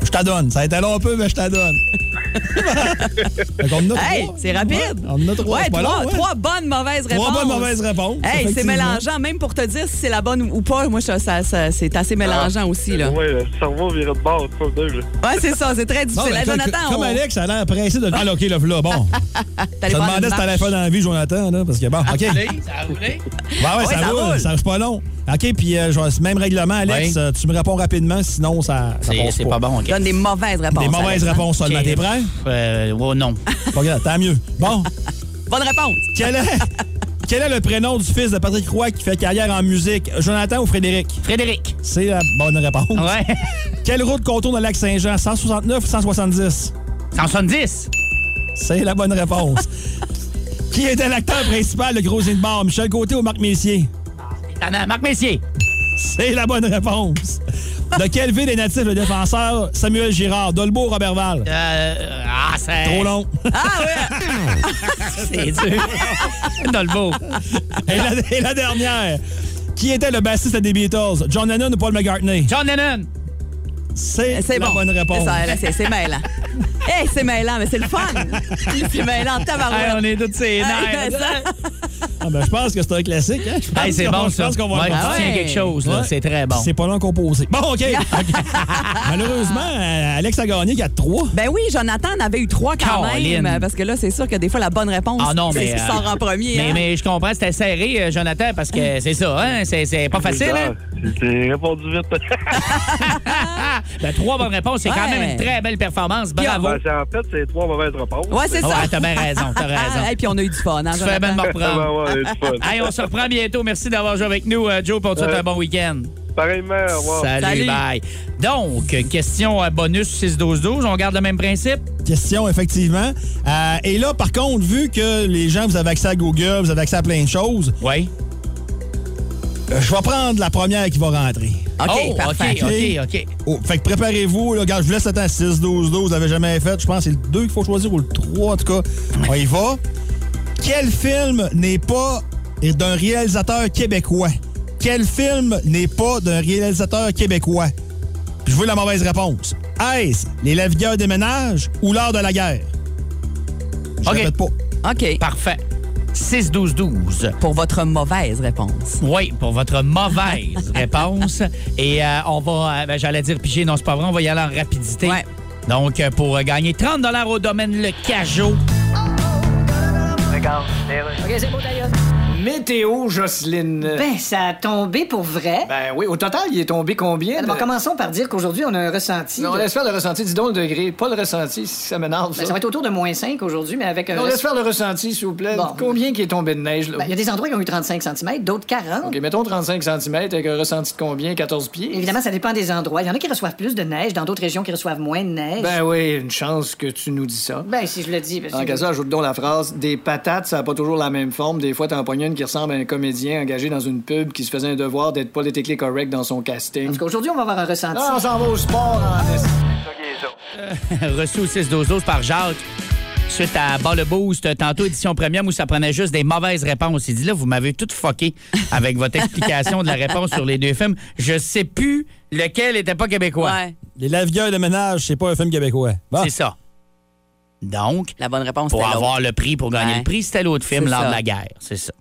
Speaker 3: Je t'adonne. Ça a été long un peu, mais je
Speaker 2: [LAUGHS]
Speaker 3: t'adonne. fait qu'on en a
Speaker 2: Hey,
Speaker 3: trois.
Speaker 2: c'est rapide.
Speaker 3: Ouais, on en a trois.
Speaker 2: Ouais,
Speaker 3: C'est pas
Speaker 2: trois,
Speaker 3: long, ouais.
Speaker 2: trois bonnes mauvaises réponses.
Speaker 3: bonnes mauvaises réponses,
Speaker 2: Hey, c'est
Speaker 3: effectivement.
Speaker 2: mélangeant. Même pour te dire si c'est la bonne ou pas, moi, ça, ça- ça- c'est assez mélangeant aussi. Là.
Speaker 8: Ouais, le cerveau virait de bord, pas deux, là.
Speaker 2: Ouais, c'est ça. C'est très
Speaker 3: Non,
Speaker 2: difficile.
Speaker 3: mais
Speaker 2: Hey,
Speaker 3: comme-
Speaker 2: Jonathan, oh.
Speaker 3: comme
Speaker 2: on-
Speaker 3: Alex, ça a l'air pressé de. Ah, là, OK, là, là, bon. Je te
Speaker 2: [LAUGHS] t'allais prendre une
Speaker 3: demandais si t'allais
Speaker 2: marche.
Speaker 3: faire dans la vie, Jonathan, là, parce que bon, Ah, OK.
Speaker 1: Ça a roulé.
Speaker 3: Bah ouais,
Speaker 2: Ouais,
Speaker 3: ça,
Speaker 2: ça
Speaker 3: roule,
Speaker 2: roule.
Speaker 3: ça reste pas long. OK, puis euh, je vais- même règlement, Alex,
Speaker 1: Oui.
Speaker 3: euh, tu me réponds rapidement, sinon ça, ça
Speaker 1: C'est
Speaker 3: passe
Speaker 1: c'est pas bon, OK.
Speaker 2: Donne des mauvaises réponses.
Speaker 3: Des mauvaises
Speaker 2: Alex, hein?
Speaker 3: réponses seulement.
Speaker 1: Ok.
Speaker 3: T'es prêt?
Speaker 1: Euh, oh non.
Speaker 3: Pas grave, tant mieux.
Speaker 1: [LAUGHS]
Speaker 3: Bon,
Speaker 2: Bonne réponse.
Speaker 3: quel est, quel est le prénom du fils de Patrick Roy qui fait carrière en musique? Jonathan ou Frédéric? [LAUGHS]
Speaker 1: Frédéric.
Speaker 3: C'est la bonne réponse.
Speaker 1: Ouais.
Speaker 3: Quelle route contourne le lac Saint-Jean? 169 ou 170?
Speaker 1: 170.
Speaker 3: C'est la bonne réponse.
Speaker 1: [LAUGHS]
Speaker 3: qui était l'acteur principal de Gros de Bar? Michel Côté ou Marc Messier?
Speaker 1: T'en as, Marc Messier.
Speaker 3: C'est la bonne
Speaker 1: [LAUGHS]
Speaker 3: réponse. De quelle ville est natif le défenseur Samuel Girard? Dolbeau ou Robertval?
Speaker 1: Euh, ah, c'est...
Speaker 3: Trop long.
Speaker 1: [LAUGHS]
Speaker 2: Ah ouais.
Speaker 1: C'est dur. [LAUGHS] Dans le beau.
Speaker 3: Et la, et la dernière. Qui était le bassiste des Beatles? John Lennon ou Paul McCartney?
Speaker 1: John Lennon.
Speaker 3: C'est
Speaker 2: C'est
Speaker 3: la
Speaker 2: bon.
Speaker 3: bonne réponse.
Speaker 2: Ça, là, C'est c'est mêlant. hey, c'est mêlant, mais
Speaker 3: [LAUGHS]
Speaker 2: c'est le fun. c'est mêlant.
Speaker 1: Hey, on
Speaker 2: Tabarouette.
Speaker 1: est tous ces
Speaker 2: Hey,
Speaker 1: nerfs.
Speaker 2: ça-
Speaker 3: Ah, ben, je pense que c'est un classique. Hein? Je pense
Speaker 1: Hey, c'est
Speaker 3: qu'on-
Speaker 1: bon,
Speaker 3: je
Speaker 1: ça.
Speaker 3: pense qu'on va
Speaker 1: ouais,
Speaker 3: le prendre.
Speaker 1: tu tiens
Speaker 2: Ouais.
Speaker 1: quelque chose, là.
Speaker 3: Ouais.
Speaker 1: C'est très bon.
Speaker 3: C'est pas long composé.
Speaker 1: [LAUGHS]
Speaker 3: Bon, OK. OK. Malheureusement, euh, Alex a gagné 4-3.
Speaker 2: Ben oui, Jonathan en avait eu trois quand
Speaker 1: Caroline.
Speaker 2: même. Parce que là, c'est sûr que des fois, la bonne réponse,
Speaker 1: Ah non,
Speaker 2: c'est
Speaker 1: mais,
Speaker 2: ce qui
Speaker 1: euh,
Speaker 2: sort en premier.
Speaker 1: Mais,
Speaker 2: hein.
Speaker 1: mais je comprends, c'était serré, euh, Jonathan, parce que c'est ça, hein? C'est, c'est pas facile, hein?
Speaker 8: Ah, J'ai répondu vite.
Speaker 1: Ben, trois bonnes réponses, c'est quand
Speaker 2: Ouais.
Speaker 1: même une très belle performance. Bravo.
Speaker 8: Ben, c'est- en fait, c'est trois mauvaises réponses.
Speaker 2: Ouais, c'est ça.
Speaker 1: Ah Ouais, t'as bien raison,
Speaker 2: [LAUGHS]
Speaker 1: t'as raison.
Speaker 2: Et puis on a eu du fun. Hein,
Speaker 1: Tu fais bien de me
Speaker 8: Ah, ben
Speaker 1: reprendre.
Speaker 8: [LAUGHS] ouais, c'est fun.
Speaker 1: [LAUGHS] Hey, on se reprend bientôt. Merci d'avoir joué avec nous, euh, Joe, pour tout
Speaker 8: Ouais.
Speaker 1: un bon week-end.
Speaker 8: Pareillement, au revoir.
Speaker 1: Salut,
Speaker 2: Salut.
Speaker 1: bye. Donc, euh, question euh, bonus 6-12-12. On garde le même principe?
Speaker 3: Question, effectivement. Euh, et là, par contre, vu que les gens, vous avez accès à Google, vous avez accès à plein de choses,
Speaker 1: Oui.
Speaker 3: euh, je vais prendre la première qui va rentrer.
Speaker 2: OK,
Speaker 1: oh,
Speaker 2: parfait.
Speaker 1: OK, OK, OK.
Speaker 3: Oh, fait que préparez-vous. Là, Regarde, je vous laisse le temps. 6, 12, 12, vous n'avez jamais fait. Je pense que c'est le 2 qu'il faut choisir ou le 3, en tout cas. On y va. Quel film n'est pas d'un réalisateur québécois? Quel film n'est pas d'un réalisateur québécois? Puis je veux la mauvaise réponse. Est-ce Les Lavigueurs des ménages ou L'art de la guerre? Je
Speaker 1: Ok.
Speaker 3: répète pas.
Speaker 2: OK.
Speaker 1: Parfait. 6-12-12.
Speaker 2: Pour votre mauvaise réponse.
Speaker 1: Oui, pour votre
Speaker 2: [LAUGHS]
Speaker 1: mauvaise réponse. Et euh, on va, euh, ben, j'allais dire piger, non, c'est pas vrai, on va y aller en rapidité.
Speaker 2: Ouais.
Speaker 1: Donc, euh, pour euh, gagner 30 au domaine Le Cajot. [LAUGHS]
Speaker 5: Météo, Jocelyne.
Speaker 6: Ben, ça a tombé pour vrai.
Speaker 5: Ben euh, oui, au total, il est tombé combien?
Speaker 6: Bon,
Speaker 5: de-
Speaker 6: commençons par dire qu'aujourd'hui, on a un ressenti.
Speaker 5: Non,
Speaker 6: de-
Speaker 5: laisse faire le ressenti. Dis donc le degré. Pas le ressenti, ça m'énerve.
Speaker 6: Ben,
Speaker 5: ça.
Speaker 6: ça va être autour de moins 5 aujourd'hui, mais avec un.
Speaker 5: Non, laisse
Speaker 6: ressenti-
Speaker 5: faire le ressenti, s'il vous plaît.
Speaker 6: Bon.
Speaker 5: Combien qui est tombé de neige, là?
Speaker 6: Ben, Il y a des endroits qui ont eu 35 cm, d'autres 40.
Speaker 5: OK, mettons 35 cm avec un ressenti de combien? 14 pieds?
Speaker 6: Évidemment, ça dépend des endroits. Il y en a qui reçoivent plus de neige, dans d'autres régions qui reçoivent moins de neige.
Speaker 5: Ben oui, une chance que tu nous dis ça.
Speaker 6: Ben, si je le dis, ben,
Speaker 5: En
Speaker 6: c'est-
Speaker 5: cas ça, ajoute donc la phrase Des patates, ça n'a pas toujours la même forme. Des fois, t'en pognes une qui ressemble à un comédien engagé dans une pub qui se faisait un devoir d'être politiquement correct dans son
Speaker 6: En
Speaker 5: casting.
Speaker 6: tout cas, aujourd'hui, on va avoir un ressenti.
Speaker 5: Ah, on s'en va au sport
Speaker 9: Ah.
Speaker 5: en est-
Speaker 1: reçu au 6-12-12 par Jacques. Suite à Bas le Boost, tantôt édition premium où ça prenait juste des mauvaises réponses. Il dit là, vous m'avez tout fucké avec votre explication de la réponse sur les deux films. Je sais plus lequel était pas québécois.
Speaker 2: Ouais.
Speaker 3: Les Lavigueurs des ménages, c'est pas un film québécois. Bon.
Speaker 1: C'est ça. Donc,
Speaker 2: La bonne réponse,
Speaker 1: pour
Speaker 2: c'était l'autre.
Speaker 1: avoir le prix, pour gagner
Speaker 2: Ben Ouais.
Speaker 1: le prix, c'était l'autre film,
Speaker 2: C'est
Speaker 1: L'art
Speaker 2: ça.
Speaker 1: de la guerre. C'est ça.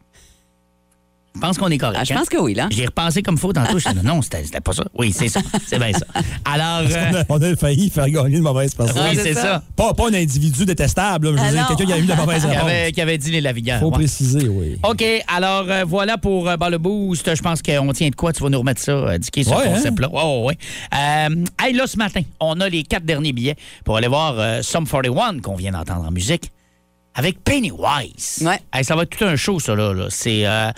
Speaker 1: Je pense qu'on est correct.
Speaker 2: Ah, je
Speaker 1: hein?
Speaker 2: pense que oui, là.
Speaker 1: J'ai repensé comme faux tantôt. Je non, c'était c'était pas ça. Oui, c'est ça. C'est bien ça.
Speaker 2: [LAUGHS]
Speaker 1: Alors.
Speaker 3: [LAUGHS] On
Speaker 1: euh,
Speaker 3: a- On a failli faire gagner une mauvaise personne.
Speaker 1: oui,
Speaker 2: Ah, c'est
Speaker 1: Ah, c'est
Speaker 2: ça.
Speaker 1: ça.
Speaker 3: Pas, pas un individu détestable, là, mais je veux
Speaker 2: Ah,
Speaker 3: dire,
Speaker 2: non.
Speaker 3: quelqu'un qui a eu
Speaker 1: [LAUGHS]
Speaker 3: la mauvaise
Speaker 1: Qui
Speaker 3: réponse.
Speaker 1: avait, qui avait dit les Lavigueurs.
Speaker 3: Faut
Speaker 1: ouais.
Speaker 3: préciser, oui.
Speaker 1: OK, alors euh, voilà pour euh, Bas le boost. Je pense qu'on tient de quoi. Tu vas nous remettre ça, euh, Dicky, ce
Speaker 3: Ouais, hein?
Speaker 1: concept-là. Oh, ouais. Euh, hey, là, ce matin, on a les quatre derniers billets pour aller voir euh, Sum 41 qu'on vient d'entendre en musique avec Pennywise.
Speaker 2: Ouais.
Speaker 1: Hey, ça va être tout un show, ça, là. là. C'est. euh,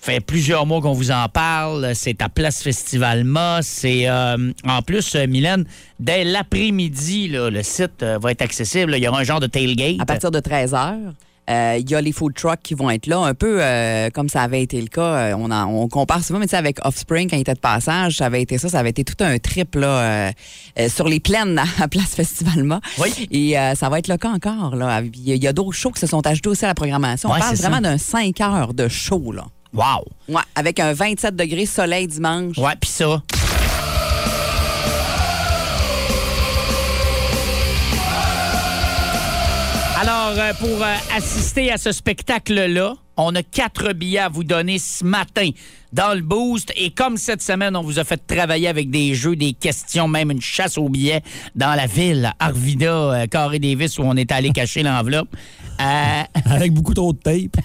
Speaker 1: fait plusieurs mois qu'on vous en parle. C'est à Place Festival Ma. C'est euh, en plus, euh, Mylène, dès l'après-midi, là, le site euh, va être accessible. Il y aura un genre de tailgate.
Speaker 2: À partir de 13 h il y a les food trucks qui vont être là, un peu euh, comme ça avait été le cas. euh, on, en- on compare souvent, mais tu sais, avec Offspring, quand il était de passage, ça avait été ça, ça avait été tout un trip là, euh, euh, sur les plaines à, à Place Festivalma.
Speaker 1: Oui.
Speaker 2: Et euh, ça va être le cas encore. Là. Il y a- il y a, d'autres shows qui se sont ajoutés aussi à la programmation.
Speaker 1: Ouais,
Speaker 2: on parle
Speaker 1: c'est ça.
Speaker 2: vraiment d'un 5 heures de show. Là.
Speaker 1: Wow!
Speaker 2: Ouais, avec un 27 degrés soleil dimanche.
Speaker 1: Ouais, puis ça. Alors, euh, pour euh, assister à ce spectacle-là, on a quatre billets à vous donner ce matin dans le Boost. Et comme cette semaine, on vous a fait travailler avec des jeux, des questions, même une chasse aux billets dans la ville, Arvida, euh, Carré Davis, où on est allé cacher l'enveloppe. Euh,
Speaker 3: Avec beaucoup trop de tape.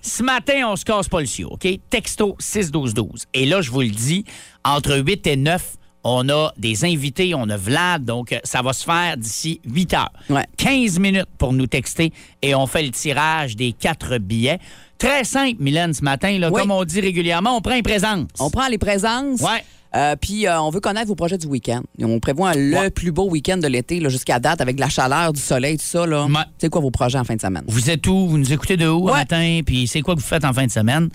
Speaker 1: ce matin, on se casse pas le ciel, OK? Texto 6-12-12. Et là, je vous le dis, entre 8 et 9, on a des invités, on a Vlad, donc euh, ça va se faire d'ici 8 heures.
Speaker 2: Ouais.
Speaker 1: 15 minutes pour nous texter et on fait le tirage des quatre billets. Très simple, Mylène, ce matin. Là,
Speaker 2: Oui.
Speaker 1: Comme on dit régulièrement, on prend une présence.
Speaker 2: On prend les présences.
Speaker 1: Ouais.
Speaker 2: Euh, puis euh, on veut connaître vos projets du week-end. Et On prévoit le
Speaker 1: Ouais.
Speaker 2: plus beau week-end de l'été là, jusqu'à date avec de la chaleur, du soleil, tout ça. là.
Speaker 1: Ouais.
Speaker 2: C'est quoi vos projets en fin de semaine?
Speaker 1: Vous êtes où? Vous nous écoutez de où le
Speaker 2: Ouais.
Speaker 1: matin? Puis c'est quoi que vous faites en fin de semaine?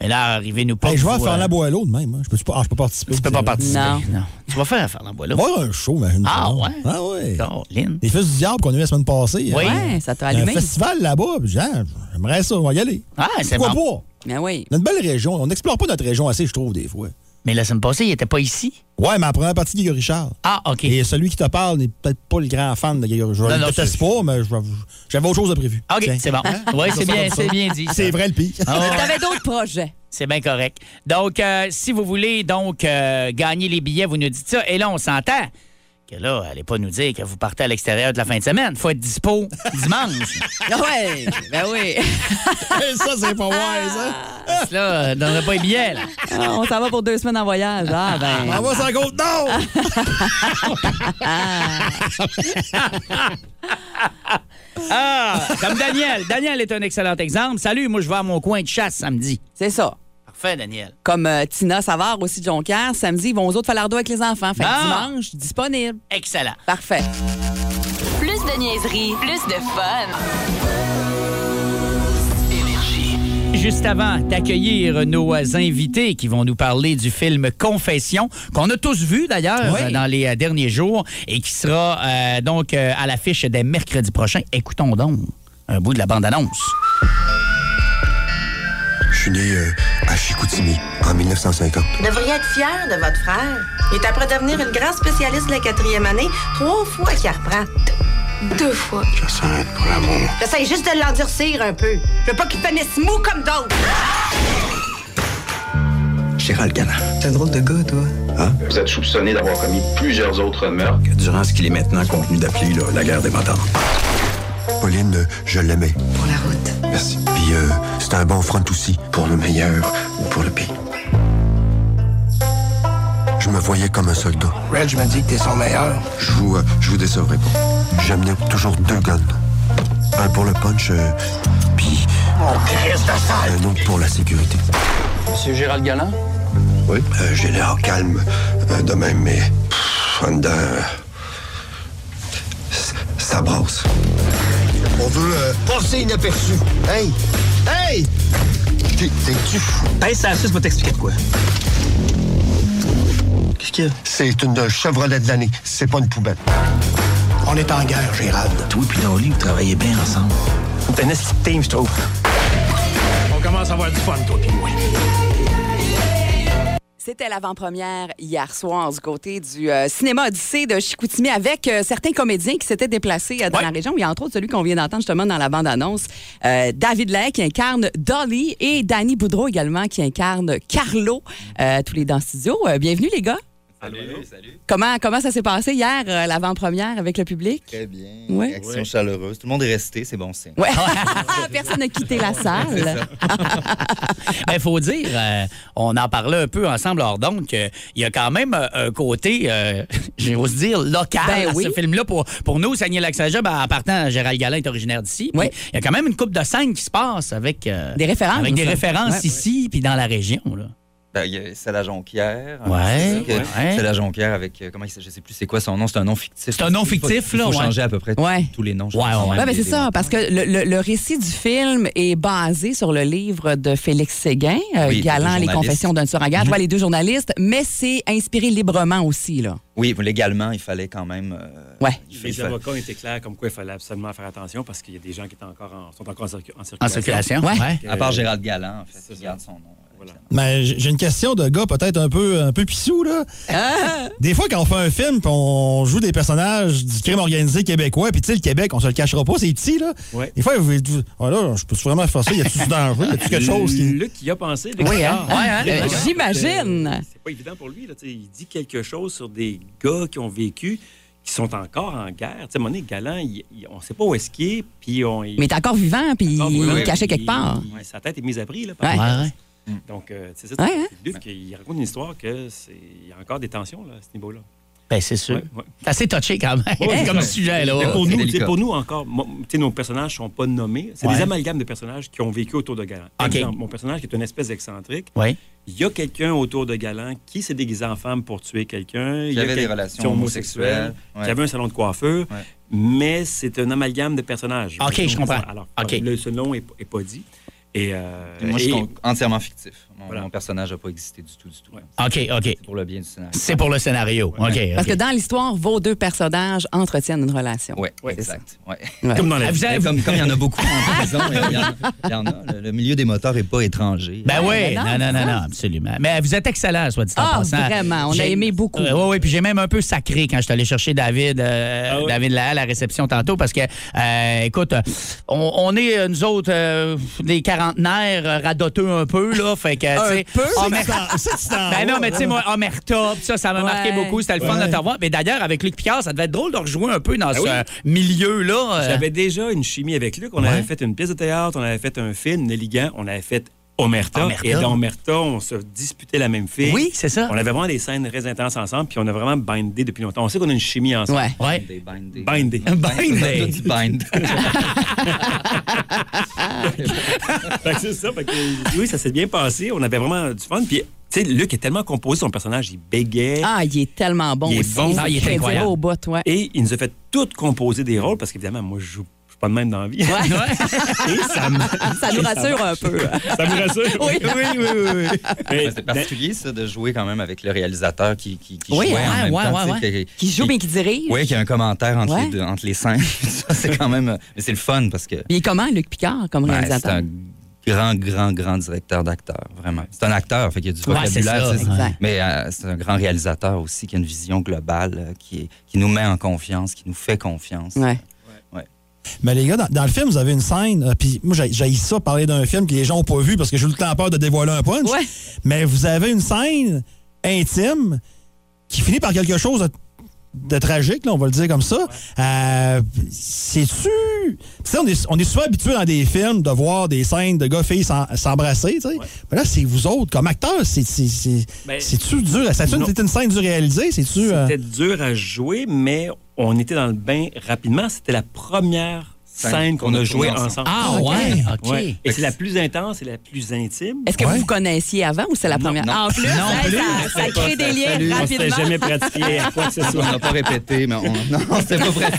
Speaker 1: Mais là, arrivez-nous [LAUGHS] pas.
Speaker 2: Ben,
Speaker 3: Hey,
Speaker 1: que
Speaker 3: je vais à
Speaker 1: vous, euh,
Speaker 3: Fernand Boileau de même. hein. Je peux pas, ah, je peux participer.
Speaker 1: Tu peux pas participer.
Speaker 2: Non.
Speaker 1: Tu vas faire la bois là.
Speaker 3: On va avoir un show, imagine.
Speaker 1: Ah, ouais?
Speaker 3: Ah ouais.
Speaker 1: Caroline.
Speaker 3: Les Fils du Diable qu'on a eu la semaine passée.
Speaker 1: Oui.
Speaker 3: hein.
Speaker 2: Ouais, ça t'a
Speaker 3: Il y a un
Speaker 2: allumé.
Speaker 3: festival là-bas. puis j'ai- ah, J'aimerais ça, on va y aller.
Speaker 1: Ah, c'est
Speaker 3: Pourquoi
Speaker 1: bon.
Speaker 3: pas?
Speaker 2: Mais Ben oui.
Speaker 3: On a une belle région. On n'explore pas notre région assez, je trouve, des fois.
Speaker 1: Mais la semaine passée, il était pas ici.
Speaker 3: Ouais, mais en première partie, Grégory Richard.
Speaker 1: Ah, OK.
Speaker 3: Et celui qui te parle n'est peut-être pas le grand fan de Grégory Richard.
Speaker 1: Non,
Speaker 3: Je
Speaker 1: non,
Speaker 3: le
Speaker 1: c'est-
Speaker 3: déteste pas, mais je vais vous- j'avais autre chose de prévu.
Speaker 1: OK,
Speaker 3: Tiens. Hein?
Speaker 1: c'est bon. Oui, c'est bien, c'est bien dit. ça.
Speaker 3: C'est vrai le pire.
Speaker 1: Ah, ouais.
Speaker 2: [LAUGHS] T'avais d'autres projets.
Speaker 1: C'est bien correct. Donc, euh, si vous voulez donc euh, gagner les billets, vous nous dites ça. Et là, on s'entend que là, allez pas nous dire que vous partez à l'extérieur de la fin de semaine. Faut être dispo dimanche.
Speaker 2: ouais, [LAUGHS] ben oui.
Speaker 3: [LAUGHS] ça, c'est pas vrai, ça.
Speaker 1: Parce que là, euh, donnerait pas les billets. là.
Speaker 2: Ah, on s'en va pour deux semaines en voyage. Ah
Speaker 3: On
Speaker 2: ben.
Speaker 3: va sans compte. Non!
Speaker 1: Ah, comme Daniel. Daniel est un excellent exemple. Salut, moi, je vais à mon coin de chasse samedi.
Speaker 2: C'est ça.
Speaker 1: Parfait, Daniel.
Speaker 2: Comme euh, Tina Savard aussi de Jonquière, samedi, ils vont aux autres Falardeaux avec les enfants. Fait que
Speaker 1: Ah!
Speaker 2: dimanche, disponible.
Speaker 1: Excellent.
Speaker 2: Parfait.
Speaker 10: Plus de niaiserie, plus de fun.
Speaker 1: Juste avant d'accueillir nos euh, invités qui vont nous parler du film Confession, qu'on a tous vu d'ailleurs
Speaker 3: Oui.
Speaker 1: euh, dans les euh, derniers jours et qui sera euh, donc euh, à l'affiche dès mercredi prochain. Écoutons donc un bout de la bande-annonce.
Speaker 11: Je suis né euh, à Chicoutimi en 1950.
Speaker 9: Vous devriez être fier de votre frère. Il est après devenir une grande spécialiste de la quatrième année, trois fois qu'il reprend.
Speaker 4: Deux fois.
Speaker 11: Je sens un pour l'amour.
Speaker 9: J'essaie juste de l'endurcir un peu. Je veux pas qu'il finisse mou comme d'autres.
Speaker 11: Gérald Gallin. T'es un drôle de gars, toi.
Speaker 8: Vous êtes soupçonné d'avoir commis plusieurs autres meurtres.
Speaker 11: Durant ce qu'il est maintenant convenu d'appeler là, la guerre des motards. Pauline, euh, je l'aimais. Pour la route. Merci. Puis euh, c'est un bon front aussi. Pour le meilleur ou pour le pire. Je me voyais comme un soldat. Reg m'a dit que t'es son meilleur. Je vous, euh, je vous décevrai pas. J'amenais toujours deux guns. Un pour le punch, euh, puis... Un autre Euh, pour la sécurité.
Speaker 5: Monsieur Gérald Galland?
Speaker 11: Oui. J'ai l'air calme euh, de même, mais pff, en dedans, euh, c- ça brasse. On veut euh, passer inaperçu. Hey! Hey! T'es-tu fou?
Speaker 8: Pince à 6 va t'expliquer de quoi.
Speaker 11: Qu'est-ce qu'il y a? C'est une euh, Chevrolet de l'année. C'est pas une poubelle. On est en guerre, Gérald.
Speaker 8: Toi puis Dolly, vous travaillez bien ensemble.
Speaker 11: T'es un team, je trouve.
Speaker 8: On commence à avoir du fun, toi puis moi.
Speaker 2: C'était l'avant-première hier soir du côté du euh, cinéma Odyssée de Chicoutimi avec euh, certains comédiens qui s'étaient déplacés euh, dans la région. Il y a entre autres celui qu'on vient d'entendre justement dans la bande-annonce, euh, David Lay qui incarne Dolly et Danny Boudreau également qui incarne Carlo, euh, tous les dans le studio. Euh, bienvenue les gars. Salut, Comment, comment ça s'est passé hier, euh, l'avant-première avec le public?
Speaker 9: Très bien.
Speaker 2: Ouais.
Speaker 9: Réaction chaleureuse. Tout le monde est resté, c'est bon signe.
Speaker 2: Ouais. [LAUGHS] Personne n'a quitté [LAUGHS] la salle.
Speaker 1: Il faut dire, euh, on en parlait un peu ensemble hors d'onde, qu'il y a quand même euh, un côté, euh, [LAUGHS] j'ose dire, local
Speaker 2: Ben
Speaker 1: à
Speaker 2: oui.
Speaker 1: ce film-là. Pour, pour nous, Saguenay lac saint en partant, Gérald Gallin est originaire d'ici. Puis
Speaker 2: Oui.
Speaker 1: Il y a quand même une coupe de scènes qui se passe avec euh,
Speaker 2: Des références.
Speaker 1: Avec des
Speaker 2: là.
Speaker 1: références
Speaker 2: Ah, Ouais.
Speaker 1: ici, puis dans la région. Là.
Speaker 9: Ben, il y a- c'est la Jonquière.
Speaker 1: Ouais,
Speaker 9: Hein, c'est ça que-
Speaker 1: ouais.
Speaker 9: C'est la Jonquière avec. euh, comment il s- Je sais plus c'est quoi son nom. C'est un nom fictif.
Speaker 1: C'est un nom
Speaker 9: Il faut-
Speaker 1: fictif,
Speaker 9: il faut
Speaker 1: là, ouais.
Speaker 9: changer à peu près
Speaker 2: Ouais.
Speaker 9: tous les noms. je
Speaker 1: Ouais,
Speaker 9: pense.
Speaker 1: ouais,
Speaker 2: Oui,
Speaker 1: ouais.
Speaker 2: ben c'est
Speaker 9: Des-
Speaker 2: ça, parce que le, le- le récit du film est basé sur le livre de Félix Séguin, euh,
Speaker 9: Oui, le
Speaker 2: Galant, Les
Speaker 9: journaliste. Mhm.
Speaker 2: Confessions d'un tueur à gage. Ouais, les deux journalistes, mais c'est inspiré librement aussi, là.
Speaker 9: Oui, légalement, il fallait quand même. euh,
Speaker 2: Ouais.
Speaker 9: il fa- il
Speaker 8: Les
Speaker 9: fa-
Speaker 8: avocats étaient clairs comme quoi il fallait absolument faire attention parce qu'il y a des gens qui étaient encore en- sont encore en, circu- en
Speaker 1: En
Speaker 8: circulation.
Speaker 1: circulation.
Speaker 2: Ouais.
Speaker 1: ouais.
Speaker 9: À part Gérald Galland, en fait, il garde son nom. euh,
Speaker 3: Mais j'ai j'ai une question de gars peut-être un peu, un peu pissou, là.
Speaker 1: Ah.
Speaker 3: Des fois, quand on fait un film puis on joue des personnages du crime organisé québécois, puis tu sais, le Québec, on se le cachera pas, c'est petit, là.
Speaker 8: Ouais.
Speaker 3: Des fois, vous vous- Ah là, je peux vraiment faire ça? Y a-tu du danger? Y a-tu quelque chose qui.
Speaker 8: Luc, il a pensé. Luc
Speaker 3: Oui, hein?
Speaker 1: Ah,
Speaker 8: Bouchard.
Speaker 3: Ouais,
Speaker 9: Ah,
Speaker 3: hein?
Speaker 8: Luc
Speaker 3: Euh,
Speaker 8: Bouchard,
Speaker 3: j'imagine.
Speaker 8: euh, C'est pas évident pour lui. Là, tu sais, il dit quelque chose sur des gars qui ont vécu, qui sont encore en guerre. Tu sais, à un moment donné, Galant, il- il- on sait pas où est-ce qu'il est, puis on... il-
Speaker 2: Mais t'es encore vivant, puis
Speaker 8: Ah,
Speaker 2: il
Speaker 8: ouais,
Speaker 2: est caché
Speaker 8: puis
Speaker 2: quelque part.
Speaker 8: il- sa tête est mise à prix. Là, par
Speaker 2: Ouais.
Speaker 8: la
Speaker 2: Ouais,
Speaker 8: police. Donc, euh, c'est ça.
Speaker 2: Ouais, hein?
Speaker 8: c'est- Luc, il raconte une histoire que c'est- il y a encore des tensions là, à ce niveau-là.
Speaker 1: Ben, c'est sûr.
Speaker 8: Ouais, ouais.
Speaker 1: C'est assez touché quand même,
Speaker 8: Ouais,
Speaker 1: [LAUGHS] comme
Speaker 8: ouais.
Speaker 1: sujet. Là.
Speaker 8: Mais pour, nous, tu sais,
Speaker 1: délicat.
Speaker 8: pour nous, encore, mo- tu sais, nos personnages ne sont pas nommés. C'est
Speaker 1: Ouais.
Speaker 8: des amalgames de personnages qui ont vécu autour de Galant. Par
Speaker 1: OK.
Speaker 8: exemple, mon personnage qui est une espèce d'excentrique,
Speaker 1: Ouais.
Speaker 8: il y a quelqu'un autour de Galant qui s'est déguisé en femme pour tuer
Speaker 9: Hein,
Speaker 8: quelqu'un. Il y a
Speaker 12: avait des
Speaker 8: quelqu'un
Speaker 12: relations homosexuelles, ouais.
Speaker 8: Qui avait un salon de coiffeur. Mais c'est un amalgame de personnages.
Speaker 12: OK, je comprends.
Speaker 8: Alors,
Speaker 12: OK.
Speaker 8: le, ce nom n'est pas dit. Et, euh,
Speaker 12: Moi, je suis
Speaker 8: et-
Speaker 12: con- entièrement fictif. Mon,
Speaker 8: Voilà.
Speaker 12: mon personnage n'a pas existé du tout, du tout.
Speaker 1: OK, OK. C'est
Speaker 12: pour le bien du scénario.
Speaker 1: C'est pour le scénario. OK.
Speaker 2: Parce
Speaker 1: OK.
Speaker 2: que dans l'histoire, vos deux personnages entretiennent une relation.
Speaker 12: Oui,
Speaker 2: C'est
Speaker 12: exact. Ouais.
Speaker 2: Ouais. Comme dans la
Speaker 12: Mais
Speaker 2: vie.
Speaker 12: Comme comme il y en a beaucoup en prison, il y en- il y en a. Le, le milieu des moteurs n'est pas étranger.
Speaker 1: Ben oui, non, non, non, non, absolument. Mais vous êtes excellent, soit dit en
Speaker 2: Ah,
Speaker 1: passant.
Speaker 2: vraiment, on a aimé beaucoup.
Speaker 8: Euh,
Speaker 1: Oui, oui, Euh, puis j'ai même un peu sacré quand je suis allé chercher David, euh, David Lahalle à la réception tantôt parce que, euh, écoute, euh, on, on est, euh, nous autres, euh, des quarantenaires euh, radoteux un peu, là, fait que,
Speaker 3: Un
Speaker 1: tu sais,
Speaker 3: peu? Ça,
Speaker 1: omer-
Speaker 3: tu t'en- ça, tu t'en
Speaker 1: Ben non,
Speaker 3: vas,
Speaker 1: mais tu sais,
Speaker 3: là.
Speaker 1: moi, Omerta, pis ça, ça m'a marqué
Speaker 3: Ouais.
Speaker 1: beaucoup, c'était le fun
Speaker 3: Ouais.
Speaker 1: de te revoir. Mais d'ailleurs, avec Luc Picard, ça devait être drôle de rejouer un peu dans
Speaker 8: Ah
Speaker 1: ce
Speaker 8: oui.
Speaker 1: milieu-là. euh.
Speaker 8: J'avais déjà une chimie avec Luc. On
Speaker 1: Ouais.
Speaker 8: avait fait une pièce de théâtre, on avait fait un film, Nelligan, on avait fait Omerta.
Speaker 1: Omerta.
Speaker 8: Et dans Omerta, on se disputait la même fille.
Speaker 1: Oui, c'est ça.
Speaker 8: On avait vraiment des scènes très intenses ensemble, puis on a vraiment bindé depuis longtemps. On sait qu'on a une chimie ensemble.
Speaker 1: Ouais. Ouais.
Speaker 8: Bindé. Bindé.
Speaker 12: Bindé. Bind.
Speaker 8: Fait que [LAUGHS] c'est ça. fait que, oui, ça s'est bien passé. On avait vraiment du fun. Puis, tu sais, Luc est tellement composé, son personnage, il bégait.
Speaker 2: Ah, il est tellement bon
Speaker 8: Il est
Speaker 2: aussi.
Speaker 8: bon. Ah, il est
Speaker 2: crédible
Speaker 8: incroyable.
Speaker 2: au bout, ouais.
Speaker 8: Et il nous a fait tout composer des rôles, parce qu'évidemment, moi, je joue. je suis pas de même dans la
Speaker 1: [LAUGHS]
Speaker 8: vie. Et ça, me-
Speaker 2: Ah, Ça nous
Speaker 8: et
Speaker 2: rassure
Speaker 8: marche.
Speaker 2: un peu.
Speaker 8: Ça nous rassure.
Speaker 2: Oui.
Speaker 12: Mais C'est particulier, ça, de jouer quand même avec le réalisateur qui, qui, qui
Speaker 2: Oui,
Speaker 12: jouait
Speaker 2: ouais,
Speaker 12: en même
Speaker 2: ouais,
Speaker 12: temps.
Speaker 2: ouais,
Speaker 12: tu sais,
Speaker 2: ouais.
Speaker 12: que-
Speaker 2: Qui joue, mais qui dirige.
Speaker 12: Oui, qu'il y a un commentaire entre,
Speaker 2: Ouais.
Speaker 12: les, deux, entre les scènes. [LAUGHS] Ça, c'est quand même. Mais c'est le fun parce que.
Speaker 2: Il est comment, Luc Picard, comme
Speaker 12: ben, c'est
Speaker 2: réalisateur?
Speaker 12: un grand, grand, grand directeur d'acteur, vraiment. C'est un acteur, fait qu'il y a du
Speaker 2: Ouais, c'est
Speaker 12: vocabulaire.
Speaker 2: ça,
Speaker 12: tu sais,
Speaker 2: exact.
Speaker 12: Mais euh, c'est un grand réalisateur aussi qui a une vision globale, euh, qui, est- qui nous met en confiance, qui nous fait confiance.
Speaker 2: Ouais.
Speaker 12: Ouais.
Speaker 3: Mais Ben, les gars, dans, dans le film, vous avez une scène, euh, puis moi, j'ai- j'ai ça parler d'un film que les gens n'ont pas vu parce que j'ai eu le temps peur de dévoiler un punch. Mais vous avez une scène intime qui finit par quelque chose de, de tragique, là, on va le dire comme ça. Euh, C'est-tu. Tu sais, on est, on est souvent habitué dans des films de voir des scènes de gars-filles s'en- s'embrasser, tu sais. Mais là, c'est vous autres, comme acteurs, c'est- c'est- c'est-
Speaker 8: Ben,
Speaker 3: c'est-tu dur? C'est-tu une-
Speaker 8: non.
Speaker 3: c'est une scène du réalisé? C'est-tu. euh,
Speaker 8: C'était dur à jouer, mais on était dans le bain rapidement. C'était la première
Speaker 12: Scène
Speaker 8: scène qu'on a jouée ensemble.
Speaker 2: Ah, ouais, OK.
Speaker 8: Et c'est la plus intense et la plus intime.
Speaker 2: Est-ce que vous vous connaissiez avant ou c'est la première?
Speaker 8: non.
Speaker 2: En plus,
Speaker 8: Non
Speaker 2: hein,
Speaker 8: plus.
Speaker 2: ça- ça,
Speaker 8: C'est pas
Speaker 2: crée
Speaker 8: ça.
Speaker 2: des liens
Speaker 8: Salut. On s'était
Speaker 2: rapidement.
Speaker 8: jamais pratiqué à quoi que ce soit.
Speaker 12: On n'a pas répété, mais on. Non, c'est pas vrai.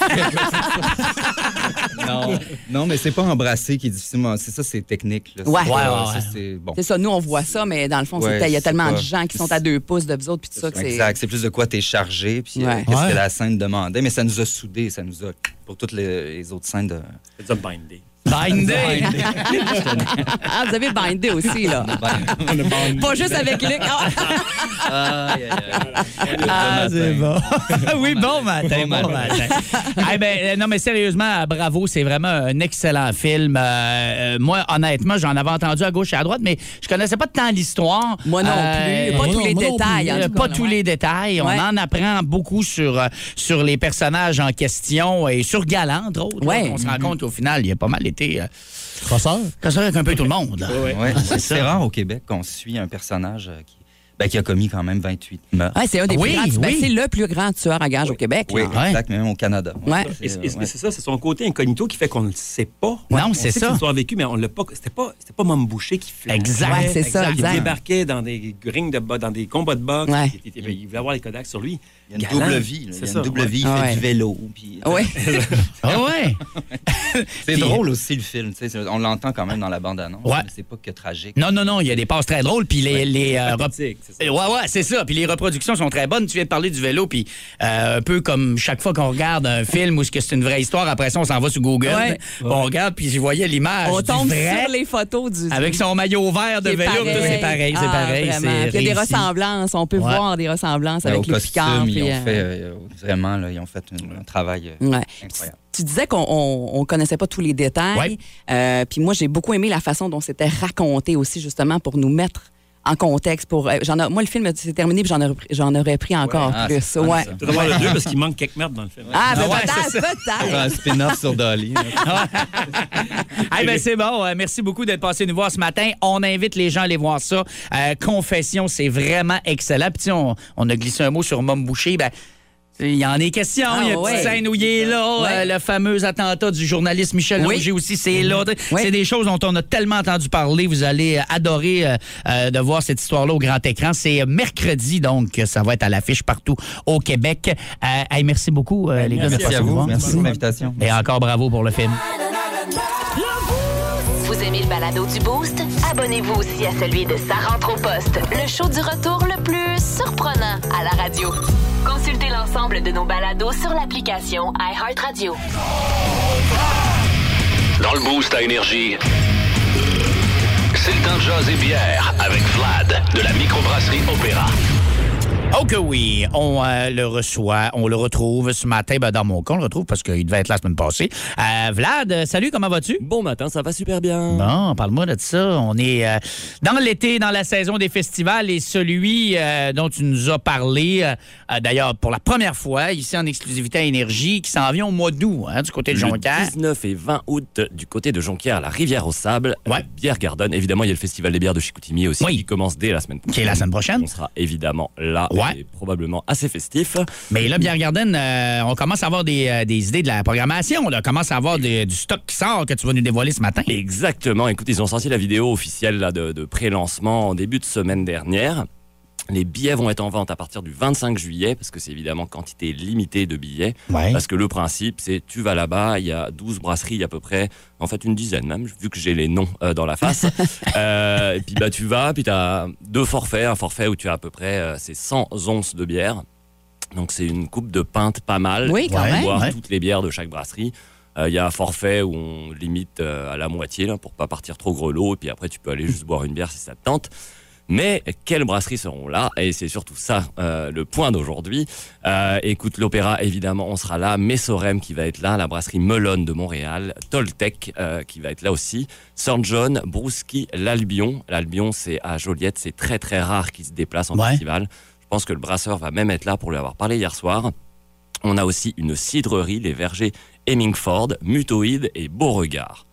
Speaker 12: Non, non, mais c'est pas embrasser qui est difficilement. C'est ça, c'est technique. là.
Speaker 2: Ouais.
Speaker 12: C'est-
Speaker 2: Ah, Ouais, ouais,
Speaker 12: ça,
Speaker 2: ouais.
Speaker 12: c'est bon.
Speaker 2: C'est ça, nous, on voit ça, mais dans le fond, c'est-
Speaker 12: Ouais,
Speaker 2: il y a
Speaker 12: c'est
Speaker 2: tellement de
Speaker 12: pas-
Speaker 2: gens qui sont à deux pouces de vous autres, puis tout ça, que c'est...
Speaker 12: Exact, c'est plus de quoi t'es chargé, puis euh,
Speaker 2: Ouais.
Speaker 12: qu'est-ce
Speaker 2: Ouais.
Speaker 12: que la scène demandait. Mais ça nous a soudés, ça nous a. Pour toutes les, les autres scènes de.
Speaker 8: Ça nous a bindés.
Speaker 2: [LAUGHS] Bindé! [LAUGHS] ah, vous avez bindé aussi, là. Pas juste avec Luc. Ah!
Speaker 1: Ah, c'est bon. [LAUGHS] oui, bon matin,
Speaker 12: Bon
Speaker 1: bon,
Speaker 12: matin.
Speaker 1: matin. Eh ben, euh, non, mais sérieusement, euh, bravo, c'est vraiment un excellent film. Euh, euh, moi, honnêtement, j'en avais entendu à gauche et à droite, mais je connaissais pas tant l'histoire. Euh,
Speaker 2: Moi non plus. Pas tous les
Speaker 1: moi non
Speaker 2: détails,
Speaker 1: plus.
Speaker 2: en tout cas,
Speaker 1: Pas tous les détails. On
Speaker 2: Ouais.
Speaker 1: en apprend beaucoup sur, euh, sur les personnages en question et sur Galant, entre autres.
Speaker 2: Ouais.
Speaker 1: là. On se rend compte qu'au final, il a pas mal été... Euh,
Speaker 3: Crosseur?
Speaker 1: avec un peu tout le monde. là.
Speaker 12: Ouais,
Speaker 1: Ah,
Speaker 12: c'est
Speaker 1: c'est ça.
Speaker 12: rare au Québec qu'on suit un personnage euh, qui, ben, qui a commis quand même 28 meurtres.
Speaker 2: Ouais, c'est un des
Speaker 12: oui,
Speaker 2: plus grands- ben,
Speaker 12: oui.
Speaker 2: c'est le plus grand tueur à gage au Québec.
Speaker 12: Oui,
Speaker 2: là.
Speaker 12: exact, mais même au Canada.
Speaker 2: Ouais.
Speaker 8: Et c'est- et c'est c'est ça, c'est son côté incognito qui fait qu'on ne le sait pas.
Speaker 1: Non,
Speaker 8: On
Speaker 1: c'est ça.
Speaker 8: sait que C'est l'histoire vécue, mais on l'a pas. C'était pas, c'était pas Mme Boucher qui flambait.
Speaker 1: Exact. Ouais, c'est ça,
Speaker 8: Il
Speaker 1: exact.
Speaker 8: débarquait dans des rings de bo- dans des combats de boxe.
Speaker 12: Ouais.
Speaker 8: Il, était- il voulait avoir les Kodaks sur lui.
Speaker 12: Il y a une
Speaker 8: Galant,
Speaker 12: double vie. là.
Speaker 8: c'est
Speaker 12: Il y a
Speaker 8: ça,
Speaker 12: une double
Speaker 8: ouais.
Speaker 12: vie, il fait du vélo. Puis...
Speaker 2: Ouais.
Speaker 1: Ah ouais.
Speaker 12: c'est drôle aussi le film. tu sais, On l'entend quand même dans la bande-annonce.
Speaker 1: Ouais.
Speaker 12: mais C'est pas que tragique.
Speaker 1: Non, non, non, il y a des passes très drôles, puis les, les, euh, rep- Ouais, ouais, c'est ça. Puis les reproductions sont très bonnes. Tu viens de parler du vélo, puis euh, un peu comme chaque fois qu'on regarde un film ou ce que c'est une vraie histoire, après ça, on s'en va sur Google,
Speaker 2: Ouais.
Speaker 1: puis on regarde, puis je voyais l'image
Speaker 2: On
Speaker 1: du
Speaker 2: tombe
Speaker 1: vrai.
Speaker 2: sur les photos du.
Speaker 1: Avec son maillot vert de
Speaker 2: C'est
Speaker 1: vélo,
Speaker 2: pareil.
Speaker 1: tout, c'est pareil, c'est
Speaker 2: Ah,
Speaker 1: pareil.
Speaker 2: vraiment.
Speaker 1: c'est
Speaker 2: Puis Il y a des
Speaker 1: réussi.
Speaker 2: ressemblances. On peut
Speaker 12: Ouais.
Speaker 2: voir des ressemblances
Speaker 12: Ben, au
Speaker 2: avec les
Speaker 12: costume,
Speaker 2: picards.
Speaker 12: ils
Speaker 2: puis,
Speaker 12: ont
Speaker 2: euh,
Speaker 12: fait, euh, vraiment, là, ils ont fait un, un travail euh,
Speaker 2: Ouais.
Speaker 12: incroyable.
Speaker 2: Tu disais qu'on on, on connaissait pas tous les détails.
Speaker 12: Ouais.
Speaker 2: Euh, puis moi, j'ai beaucoup aimé la façon dont c'était raconté aussi, justement, pour nous mettre en contexte. Pour, euh, j'en ai- moi, le film s'est terminé, puis j'en aurais, pris- j'en aurais pris encore
Speaker 12: Ah,
Speaker 2: plus.
Speaker 12: c'est fun,
Speaker 2: ouais.
Speaker 12: ça.
Speaker 8: Tu dois voir le 2 parce qu'il manque quelques merde dans le film.
Speaker 2: Ah, ben,
Speaker 1: Ah ouais,
Speaker 2: peut-être,
Speaker 1: c'est ça.
Speaker 2: peut-être.
Speaker 12: Un spin-off sur Dolly.
Speaker 1: [LAUGHS] Eh Ah. ben c'est bon. Euh, merci beaucoup d'être passé nous voir ce matin. On invite les gens à aller voir ça. Euh, Confession, c'est vraiment excellent. Puis tu sais, on, on a glissé un mot sur Mom Boucher. Ben, tu sais, il y en est question.
Speaker 2: Ah,
Speaker 1: il y a une
Speaker 2: ouais.
Speaker 1: petite scène où il est là.
Speaker 2: Ouais.
Speaker 1: Euh, le fameux attentat du journaliste Michel
Speaker 2: Oui.
Speaker 1: Auger aussi, c'est là. C'est des choses dont on a tellement entendu parler. Vous allez euh, adorer euh, euh, de voir cette histoire-là au grand écran. C'est euh, mercredi, donc que ça va être à l'affiche partout au Québec. Euh, hey, merci beaucoup, euh, les gars, de
Speaker 12: Ben, Merci
Speaker 1: passer
Speaker 12: à
Speaker 1: nous
Speaker 12: vous.
Speaker 1: voir.
Speaker 12: Merci pour l'invitation.
Speaker 1: Et encore bravo pour le film.
Speaker 10: Vous aimez le balado du Boost? Abonnez-vous aussi à celui de Sa rentre au poste, le show du retour le plus surprenant à la radio. Consultez l'ensemble de nos balados sur l'application iHeartRadio.
Speaker 7: Dans le boost à énergie, c'est le temps de jaser bière avec Vlad de la microbrasserie Opéra.
Speaker 1: Oh que oui, on euh, le reçoit, on le retrouve ce matin, ben, dans mon cas, on le retrouve parce qu'il devait être là la semaine passée. Euh, Vlad, euh, salut, comment vas-tu?
Speaker 13: Bon matin, ça va super bien.
Speaker 1: Bon, parle-moi de ça. On est euh, dans l'été, dans la saison des festivals et celui euh, dont tu nous as parlé, euh, euh, d'ailleurs pour la première fois, ici en exclusivité à Énergie, qui s'en vient au mois d'août, hein, du côté de Jonquière.
Speaker 13: Le 19 et 20 août, du côté de Jonquière, à la rivière au sable, Bière Garden. Évidemment, il y a le Festival des bières de Chicoutimi aussi qui commence dès la semaine prochaine.
Speaker 1: Qui est la semaine prochaine.
Speaker 13: On sera évidemment là
Speaker 1: Ouais.
Speaker 13: et probablement assez festif.
Speaker 1: Mais là, Bière Garden, euh, on commence à avoir des, euh, des idées de la programmation. là. On commence à avoir des- du stock qui sort que tu vas nous dévoiler ce matin.
Speaker 13: Exactement. Écoute, ils ont sorti la vidéo officielle là, de, de pré-lancement en début de semaine dernière. Les billets vont être en vente à partir du 25 juillet, parce que c'est évidemment quantité limitée de billets.
Speaker 1: Ouais.
Speaker 13: Parce que le principe, c'est tu vas là-bas, il y a 12 brasseries à peu près, en fait une dizaine même, vu que j'ai les noms euh, dans la face. Euh, et puis bah, tu vas, puis tu as deux forfaits, un forfait où tu as à peu près euh, c'est 100 onces de bière. Donc c'est une coupe de pinte pas mal.
Speaker 2: Oui, quand
Speaker 13: Tu vas
Speaker 2: même.
Speaker 13: boire
Speaker 2: Ouais.
Speaker 13: toutes les bières de chaque brasserie. Euh, Il y a un forfait où on limite euh, à la moitié là, pour pas partir trop grelot. Et puis après, tu peux aller juste boire une bière si ça te tente. Mais quelles brasseries seront là Et c'est surtout ça euh, le point d'aujourd'hui. Euh, écoute, l'opéra, évidemment, on sera là. Messorem qui va être là, la brasserie Melone de Montréal, Toltec euh, qui va être là aussi, Saint John, Brouski, l'Albion. L'Albion, c'est à Joliette, c'est très très rare qu'ils se déplacent en
Speaker 1: Ouais.
Speaker 13: festival. Je pense que le brasseur va même être là pour lui avoir parlé hier soir. On a aussi une cidrerie, les vergers Hemingford, Mutoïde et Beauregard.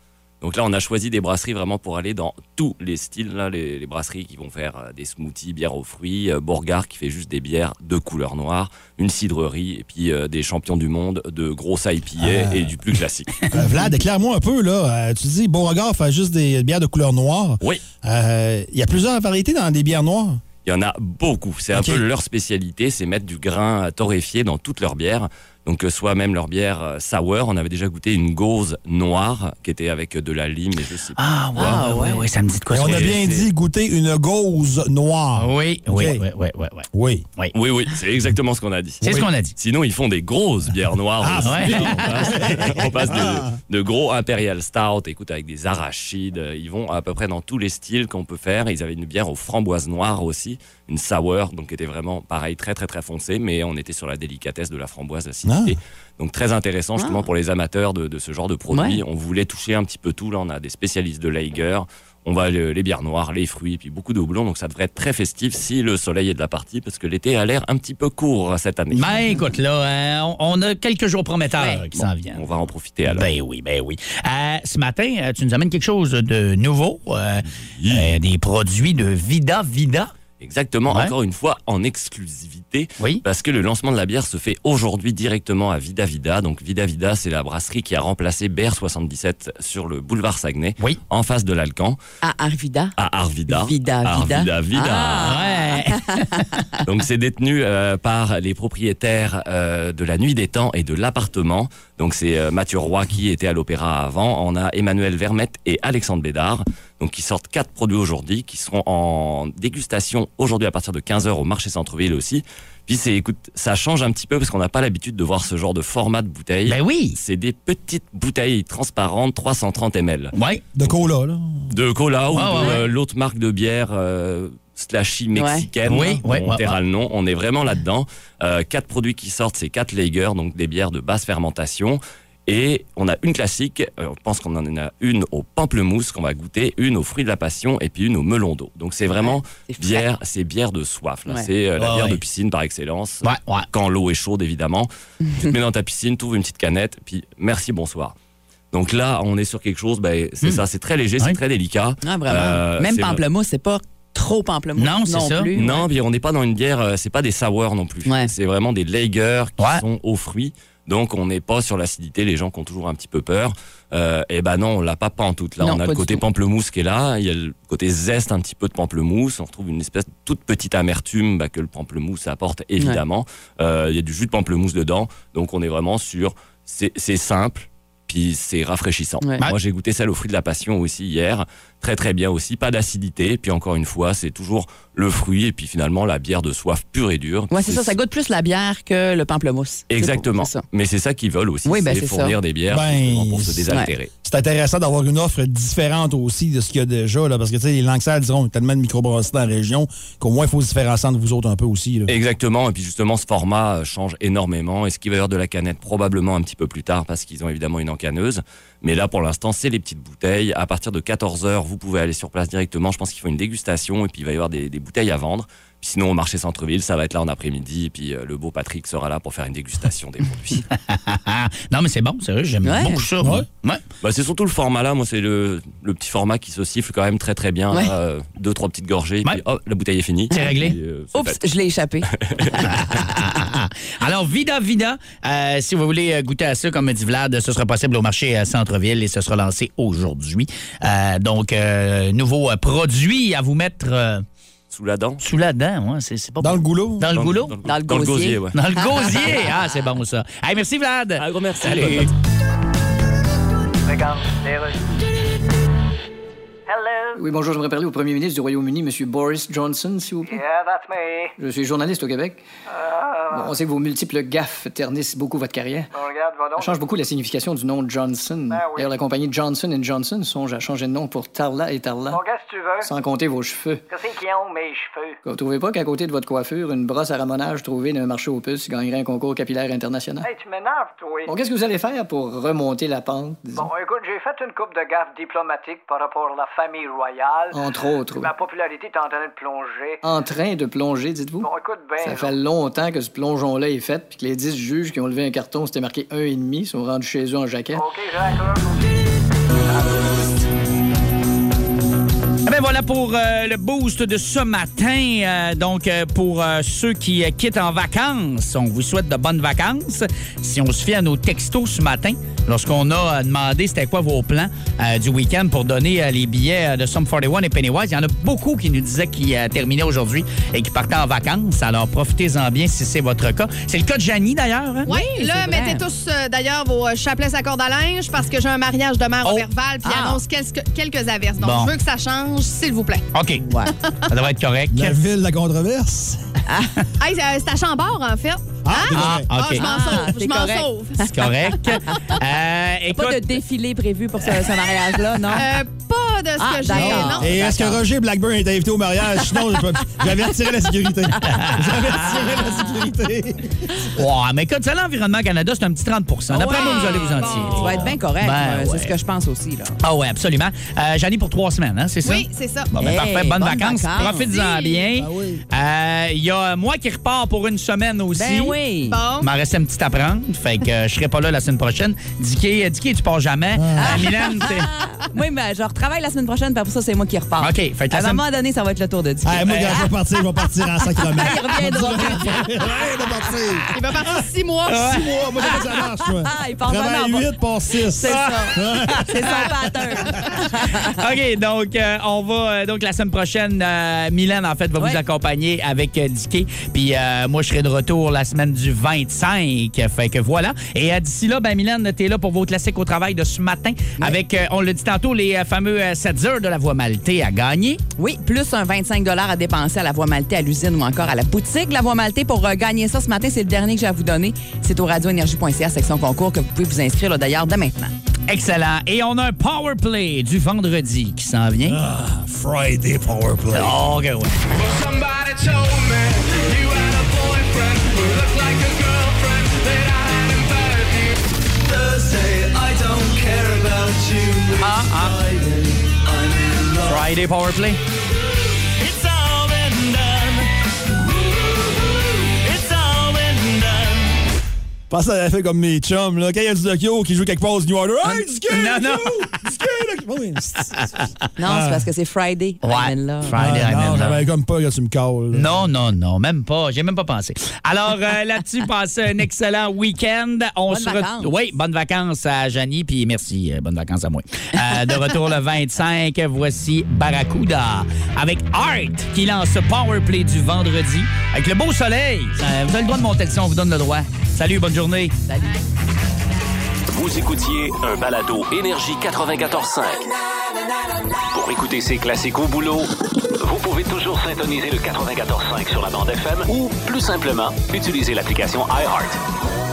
Speaker 13: Donc là, on a choisi des brasseries vraiment pour aller dans tous les styles. Là, les, les brasseries qui vont faire euh, des smoothies, bières aux fruits, euh, Beauregard qui fait juste des bières de couleur noire, une cidrerie et puis euh, des champions du monde de gros IPA et du plus classique.
Speaker 3: Ah. [LAUGHS] Euh, Vlad, éclaire-moi un peu, là. Euh, tu dis, Beauregard fait juste des bières de couleur noire.
Speaker 13: Oui.
Speaker 3: Euh, Il y a plusieurs variétés dans des bières noires.
Speaker 13: Il y en a beaucoup. C'est un peu leur spécialité, c'est mettre du grain euh, torréfié dans toutes leurs bières. Donc, euh, soit même leur bière euh, sour. On avait déjà goûté une gauze noire qui était avec euh, de la lime et je sais pas.
Speaker 1: Ah, ouais, ah, ouais, ouais, ça me dit de quoi
Speaker 3: Et on
Speaker 1: ça.
Speaker 3: a bien dit goûter une gauze noire.
Speaker 1: Oui,
Speaker 3: OK.
Speaker 1: oui, oui, oui, oui, oui.
Speaker 3: Oui.
Speaker 1: Oui,
Speaker 13: oui, c'est exactement ce qu'on a dit.
Speaker 1: C'est ce qu'on a dit.
Speaker 13: Sinon, ils font des grosses bières noires.
Speaker 1: Ah,
Speaker 13: aussi.
Speaker 1: ouais. [LAUGHS]
Speaker 13: On passe, on passe de, de gros Imperial Stout, écoute, avec des arachides. Euh, Ils vont à peu près dans tous les styles qu'on peut faire. Ils avaient une bière aux framboises noires aussi, une sour, donc qui était vraiment, pareil, très, très, très foncée, mais on était sur la délicatesse de la framboise
Speaker 3: Hein?
Speaker 13: acidité. Donc, très intéressant, justement, pour les amateurs de, de ce genre de produit.
Speaker 2: Ah. Ouais.
Speaker 13: On voulait toucher un petit peu tout. Là, on a des spécialistes de Lager. On va le- les bières noires, les fruits, puis beaucoup de houblon. Donc, ça devrait être très festif si le soleil est de la partie, parce que l'été a l'air un petit peu court cette année.
Speaker 1: Ben écoute, là, euh, on, on a quelques jours prometteurs qui
Speaker 13: Bon,
Speaker 1: s'en viennent.
Speaker 13: On va en profiter alors.
Speaker 1: Ben oui, ben oui. Euh, ce matin, euh, tu nous amènes quelque chose de nouveau, euh, euh, des produits de Vida Vida.
Speaker 13: Exactement,
Speaker 1: Ouais.
Speaker 13: encore une fois, en exclusivité. Parce que le lancement de la bière se fait aujourd'hui directement à Vida Vida. Donc, Vida Vida, c'est la brasserie qui a remplacé BR 77 sur le boulevard Saguenay, en face de l'Alcan,
Speaker 2: À Arvida.
Speaker 13: à Arvida.
Speaker 2: Vida,
Speaker 13: Arvida,
Speaker 2: Vida.
Speaker 13: Vida.
Speaker 2: Ah,
Speaker 1: [LAUGHS]
Speaker 13: Donc c'est détenu euh, par les propriétaires euh, de la Nuit des Temps et de l'appartement. Donc c'est euh, Mathieu Roy qui était à l'opéra avant. On a Emmanuel Vermette et Alexandre Bédard. Donc qui sortent quatre produits aujourd'hui, qui seront en dégustation aujourd'hui à partir de 15h au marché Centre-Ville aussi. Puis c'est, écoute, ça change un petit peu parce qu'on n'a pas l'habitude de voir ce genre de format de bouteille. Ben
Speaker 1: oui.
Speaker 13: C'est des petites bouteilles transparentes, 330 ml.
Speaker 1: Ouais.
Speaker 3: De cola, là.
Speaker 13: De cola ou
Speaker 3: Ouais,
Speaker 13: de,
Speaker 3: ouais,
Speaker 13: euh, l'autre marque de bière euh, slashy mexicaine.
Speaker 1: Ouais. Ben Oui, ouais,
Speaker 13: on
Speaker 1: ouais,
Speaker 13: taira
Speaker 1: ouais.
Speaker 13: le nom. On est vraiment là-dedans. Euh, quatre produits qui sortent, c'est quatre Lager, donc des bières de basse fermentation. Et on a une classique, euh, on pense qu'on en a une au pamplemousse qu'on va goûter, une au fruit de la passion et puis une au melon d'eau. Donc c'est vraiment bière, c'est bière de soif. là.
Speaker 1: Ouais.
Speaker 13: C'est euh, la
Speaker 1: Ouais,
Speaker 13: bière de
Speaker 1: ouais.
Speaker 13: piscine par excellence. Quand l'eau est chaude évidemment, tu te mets dans ta piscine, t'ouvres une petite canette, puis merci bonsoir. Donc là, on est sur quelque chose, ben, c'est ça, c'est très léger, c'est très délicat.
Speaker 2: Ah, vraiment.
Speaker 13: Euh,
Speaker 2: Même
Speaker 13: c'est vrai-
Speaker 2: pamplemousse, c'est pas trop pamplemousse. Non, plus.
Speaker 13: non, puis on n'est pas dans une bière, euh, c'est pas des sour non plus. C'est vraiment des lagers qui sont aux fruits. Donc on n'est pas sur l'acidité, les gens qui ont toujours un petit peu peur. Euh, eh ben non, on l'a pas pantoute là.
Speaker 14: Non,
Speaker 13: on a
Speaker 14: pas
Speaker 13: le
Speaker 14: du
Speaker 13: côté
Speaker 14: tout.
Speaker 13: pamplemousse qui est là, Ah, il y a le côté zeste un petit peu de pamplemousse, on retrouve une espèce de toute petite amertume bah, que le pamplemousse apporte évidemment. Euh, Il y a du jus de pamplemousse dedans, donc on est vraiment sur, c'est c'est simple, puis c'est rafraîchissant.
Speaker 14: Ouais.
Speaker 13: Moi, j'ai goûté celle au fruit de la passion aussi hier. Très, très bien aussi. Pas d'acidité. Puis encore une fois, c'est toujours le fruit et puis finalement la bière de soif pure et dure.
Speaker 2: Ouais, c'est ça, ça goûte plus la bière que le pamplemousse.
Speaker 13: Exactement. Mais c'est ça qu'ils veulent aussi.
Speaker 2: Oui, ben,
Speaker 13: c'est
Speaker 2: c'est ça.
Speaker 13: fournir des bières
Speaker 3: Ben,
Speaker 13: justement, pour se
Speaker 3: c'est-
Speaker 13: désaltérer.
Speaker 3: C'est intéressant d'avoir une offre différente aussi de ce qu'il y a déjà, là, parce que tu sais, les Lanxades diront il y a tellement de microbrasseries dans la région qu'au moins il faut se différencier entre vous autres un peu aussi. là.
Speaker 13: Exactement. Et puis justement, ce format euh, change énormément. Est-ce qu'il va y avoir de la canette Probablement un petit peu plus tard parce qu'ils ont évidemment une encaneuse. Mais là, pour l'instant, c'est les petites bouteilles. À partir de 14h, vous pouvez aller sur place directement. Je pense qu'il faut une dégustation et puis il va y avoir des, des bouteilles à vendre. Puis sinon, au marché centre-ville, ça va être là en après-midi. Et puis euh, le beau Patrick sera là pour faire une dégustation des produits.
Speaker 1: Ah, non, mais c'est bon, sérieux, j'aime
Speaker 13: Ouais.
Speaker 1: beaucoup ça.
Speaker 13: Ouais.
Speaker 1: moi. Ouais.
Speaker 13: Bah, c'est surtout le format là. Moi, c'est le, le petit format qui se siffle quand même très très bien.
Speaker 2: Ouais.
Speaker 13: là. Euh, deux, trois petites gorgées. Et puis, hop,
Speaker 1: [LAUGHS]
Speaker 13: la bouteille est finie.
Speaker 1: C'est réglé.
Speaker 13: Et puis, euh, c'est
Speaker 2: Oups,
Speaker 13: fait.
Speaker 2: je
Speaker 13: [LAUGHS]
Speaker 2: l'ai échappé.
Speaker 1: Alors, Vida Vida, euh, si vous voulez euh, goûter à ça, comme dit Vlad, ce sera possible au marché à Centre-Ville et ce sera lancé aujourd'hui. Euh, donc, euh, nouveau euh, produit à vous mettre. euh,
Speaker 13: sous la dent.
Speaker 1: Sous la dent, ouais, c'est c'est pas
Speaker 3: Dans le goulot.
Speaker 1: Dans le goulot?
Speaker 13: Dans le Dans le gosier. gosier, ouais.
Speaker 1: Dans le gosier. Ah, c'est bon ça. Hey, merci Vlad. Un
Speaker 13: gros merci.
Speaker 1: Salut.
Speaker 6: Hello.
Speaker 5: Oui, bonjour, j'aimerais parler au premier ministre du Royaume-Uni, M. Boris Johnson, s'il vous plaît.
Speaker 6: Yeah, that's me.
Speaker 5: Je suis journaliste au Québec. Bon, on sait que vos multiples gaffes ternissent beaucoup votre carrière.
Speaker 6: Bon, regarde, va Ben
Speaker 5: Ça change beaucoup la signification du nom Johnson. D'ailleurs, la compagnie Johnson Johnson songe à changer de nom pour Tarla et Tarla.
Speaker 6: qu'est-ce que tu veux?
Speaker 5: Sans compter vos cheveux.
Speaker 6: Qu'est-ce qu'ils ont, mes cheveux?
Speaker 5: Vous trouvez pas qu'à côté de votre coiffure, une brosse à ramonage trouvée d'un marché aux puces gagnerait un concours capillaire international?
Speaker 6: Hey, tu m'énerves, toi.
Speaker 5: Bon, qu'est-ce que vous allez faire pour remonter la pente, disons?
Speaker 6: Bon, écoute, j'ai fait une coupe de gaffes diplomatiques par rapport à la famille royale.
Speaker 5: Entre autres, oui.
Speaker 6: Ma popularité est en train de plonger.
Speaker 5: En train de plonger, dites-vous?
Speaker 6: Bon, écoute ben, bien.
Speaker 5: Ça fait longtemps que ce plongeon-là est fait, puis que les 10 juges qui ont levé un carton, c'était marqué 1,5, sont rendus chez eux en jaquette.
Speaker 6: OK, Jacques.
Speaker 1: Eh ben voilà pour euh, le boost de ce matin. Euh, donc, euh, pour euh, ceux qui euh, quittent en vacances, on vous souhaite de bonnes vacances. Si on se fie à nos textos ce matin, lorsqu'on a euh, demandé c'était quoi vos plans euh, du week-end pour donner euh, les billets euh, de Sum 41 et Pennywise, il y en a beaucoup qui nous disaient qu'ils euh, terminaient aujourd'hui et qui partaient en vacances. Alors, profitez-en bien si c'est votre cas. C'est le cas de Janie, d'ailleurs. hein?
Speaker 4: Oui, là, mettez tous euh, d'ailleurs vos euh, chapelets à corde à linge parce que j'ai un mariage demain à
Speaker 1: Oh.
Speaker 4: Verval puis il
Speaker 1: Ah.
Speaker 4: annonce quelques, quelques averses. Donc,
Speaker 1: Bon.
Speaker 4: je veux que ça change, s'il vous plaît.
Speaker 1: OK. Ça devrait être correct.
Speaker 3: La ville, la controverse.
Speaker 4: Hey, c'est euh, c'est à Chambord, en fait. Ah,
Speaker 1: Ah,
Speaker 4: ah,
Speaker 1: OK.
Speaker 4: je m'en
Speaker 2: Ah,
Speaker 4: sauve.
Speaker 2: c'est
Speaker 4: Je m'en
Speaker 2: correct.
Speaker 4: sauve.
Speaker 1: C'est correct. Euh,
Speaker 2: Pas
Speaker 1: écoute,
Speaker 2: de défilé prévu pour ce, ce mariage-là, non?
Speaker 4: Euh, pas de ce
Speaker 2: Ah,
Speaker 4: que j'ai.
Speaker 2: d'accord.
Speaker 4: Eh, Non.
Speaker 3: Et est-ce que Roger Blackburn est invité au mariage? Sinon, je- j'avais retiré la sécurité. J'avais retiré la sécurité.
Speaker 1: ouais, mais écoute, ça, l'Environnement Canada, c'est un petit 30 D'après moi, vous allez vous en tirer.
Speaker 2: Ça va être bien correct.
Speaker 1: Ben
Speaker 2: euh,
Speaker 1: ouais.
Speaker 2: C'est ce que je pense aussi. Là.
Speaker 1: Ah oui, absolument. Euh, Jeannie, pour trois semaines, hein, c'est ça?
Speaker 4: Oui, c'est ça.
Speaker 1: Bon, ben,
Speaker 4: Hey,
Speaker 1: parfait. Bonnes,
Speaker 4: bonnes
Speaker 1: vacances.
Speaker 4: vacances.
Speaker 1: Profites-en
Speaker 4: Si.
Speaker 1: bien.
Speaker 4: Ben
Speaker 1: Euh,
Speaker 4: oui.
Speaker 1: Il y a moi qui repars pour une semaine aussi.
Speaker 4: Ben oui. Bon.
Speaker 1: Il m'en restait un petit à prendre. Fait que euh, je serai pas
Speaker 4: Ah.
Speaker 1: là la semaine prochaine. Dicky, euh, Dicky, tu pars jamais. Euh, Mylène, t'es-
Speaker 2: oui, mais ben, je retravaille la semaine prochaine. prochaine, puis après ça, c'est moi qui repars.
Speaker 1: OK, fait que la
Speaker 2: À un
Speaker 1: semaine-
Speaker 2: moment donné, ça va être le tour de discuter.
Speaker 3: Hey, Eh, moi, quand je vais partir, je vais partir en 100 km.
Speaker 2: Il
Speaker 3: [LAUGHS]
Speaker 2: reviendra.
Speaker 4: Il va partir six mois. Ah,
Speaker 3: Six mois, moi, je fais ça marche, moi.
Speaker 4: Il part
Speaker 3: Travaille
Speaker 4: vraiment
Speaker 3: 8, passe 6.
Speaker 4: C'est ça.
Speaker 3: Hein?
Speaker 1: Ah.
Speaker 2: C'est ça, pattern.
Speaker 1: [LAUGHS] OK, donc euh, on va euh, donc la semaine prochaine, euh, Mylène en fait va vous accompagner avec euh, Dicky. Puis euh, moi je serai de retour la semaine du 25. Fait que voilà. Et euh, d'ici là, ben Mylène, t'es là pour vos classiques au travail de ce matin avec euh, on l'a dit tantôt les euh, fameux euh, 7 heures de la voie maltée à gagner.
Speaker 2: Oui, plus un 25 à dépenser à la Voie Maltée, à l'usine ou encore à la boutique. La Voie Maltée, pour euh, gagner ça ce matin, c'est le dernier que j'ai à vous donner. C'est au radioénergie.ca, section concours, que vous pouvez vous inscrire là, d'ailleurs dès maintenant.
Speaker 1: Excellent. Et on a un power play du vendredi qui s'en vient.
Speaker 3: Friday power play.
Speaker 1: Oh, que ouais.
Speaker 14: Somebody told me you had a boyfriend who looked like a girlfriend that I had invited you. Thursday, I don't care about you. It's Friday, I'm in love.
Speaker 1: Uh-huh. Friday power play.
Speaker 14: It's all been done. It's all been done.
Speaker 3: Pense à la fait comme mes chums, là. Quand il y a du Tokyo qui joue quelque part au New Order, hey, du ski,
Speaker 14: Non,
Speaker 3: du
Speaker 14: non.
Speaker 3: ski, du ski, là. Oui, c'est-
Speaker 2: Non,
Speaker 3: Ah.
Speaker 2: c'est parce que c'est Friday.
Speaker 1: Ouais. Friday,
Speaker 3: Ah,
Speaker 1: I'm in
Speaker 3: non,
Speaker 1: love.
Speaker 3: j'avais comme pas que tu me calls.
Speaker 1: Non, non, non, même pas. J'ai même pas pensé. Alors
Speaker 2: [LAUGHS]
Speaker 1: euh, là-dessus, passez un excellent week-end. On
Speaker 2: Bonnes
Speaker 1: re-
Speaker 2: vacances.
Speaker 1: Oui, bonnes vacances à Janie, puis merci, euh, bonnes vacances à moi. Euh, de retour le 25, voici Barracuda avec Art qui lance ce Power Play du vendredi avec le beau soleil. Euh, vous avez le droit de monter le son, on vous donne le droit. Salut, bonne journée. Salut.
Speaker 7: Vous écoutiez un balado Énergie 94.5. Pour écouter ces classiques au boulot, vous pouvez toujours syntoniser le 94.5 sur la bande FM ou, plus simplement, utiliser l'application iHeart.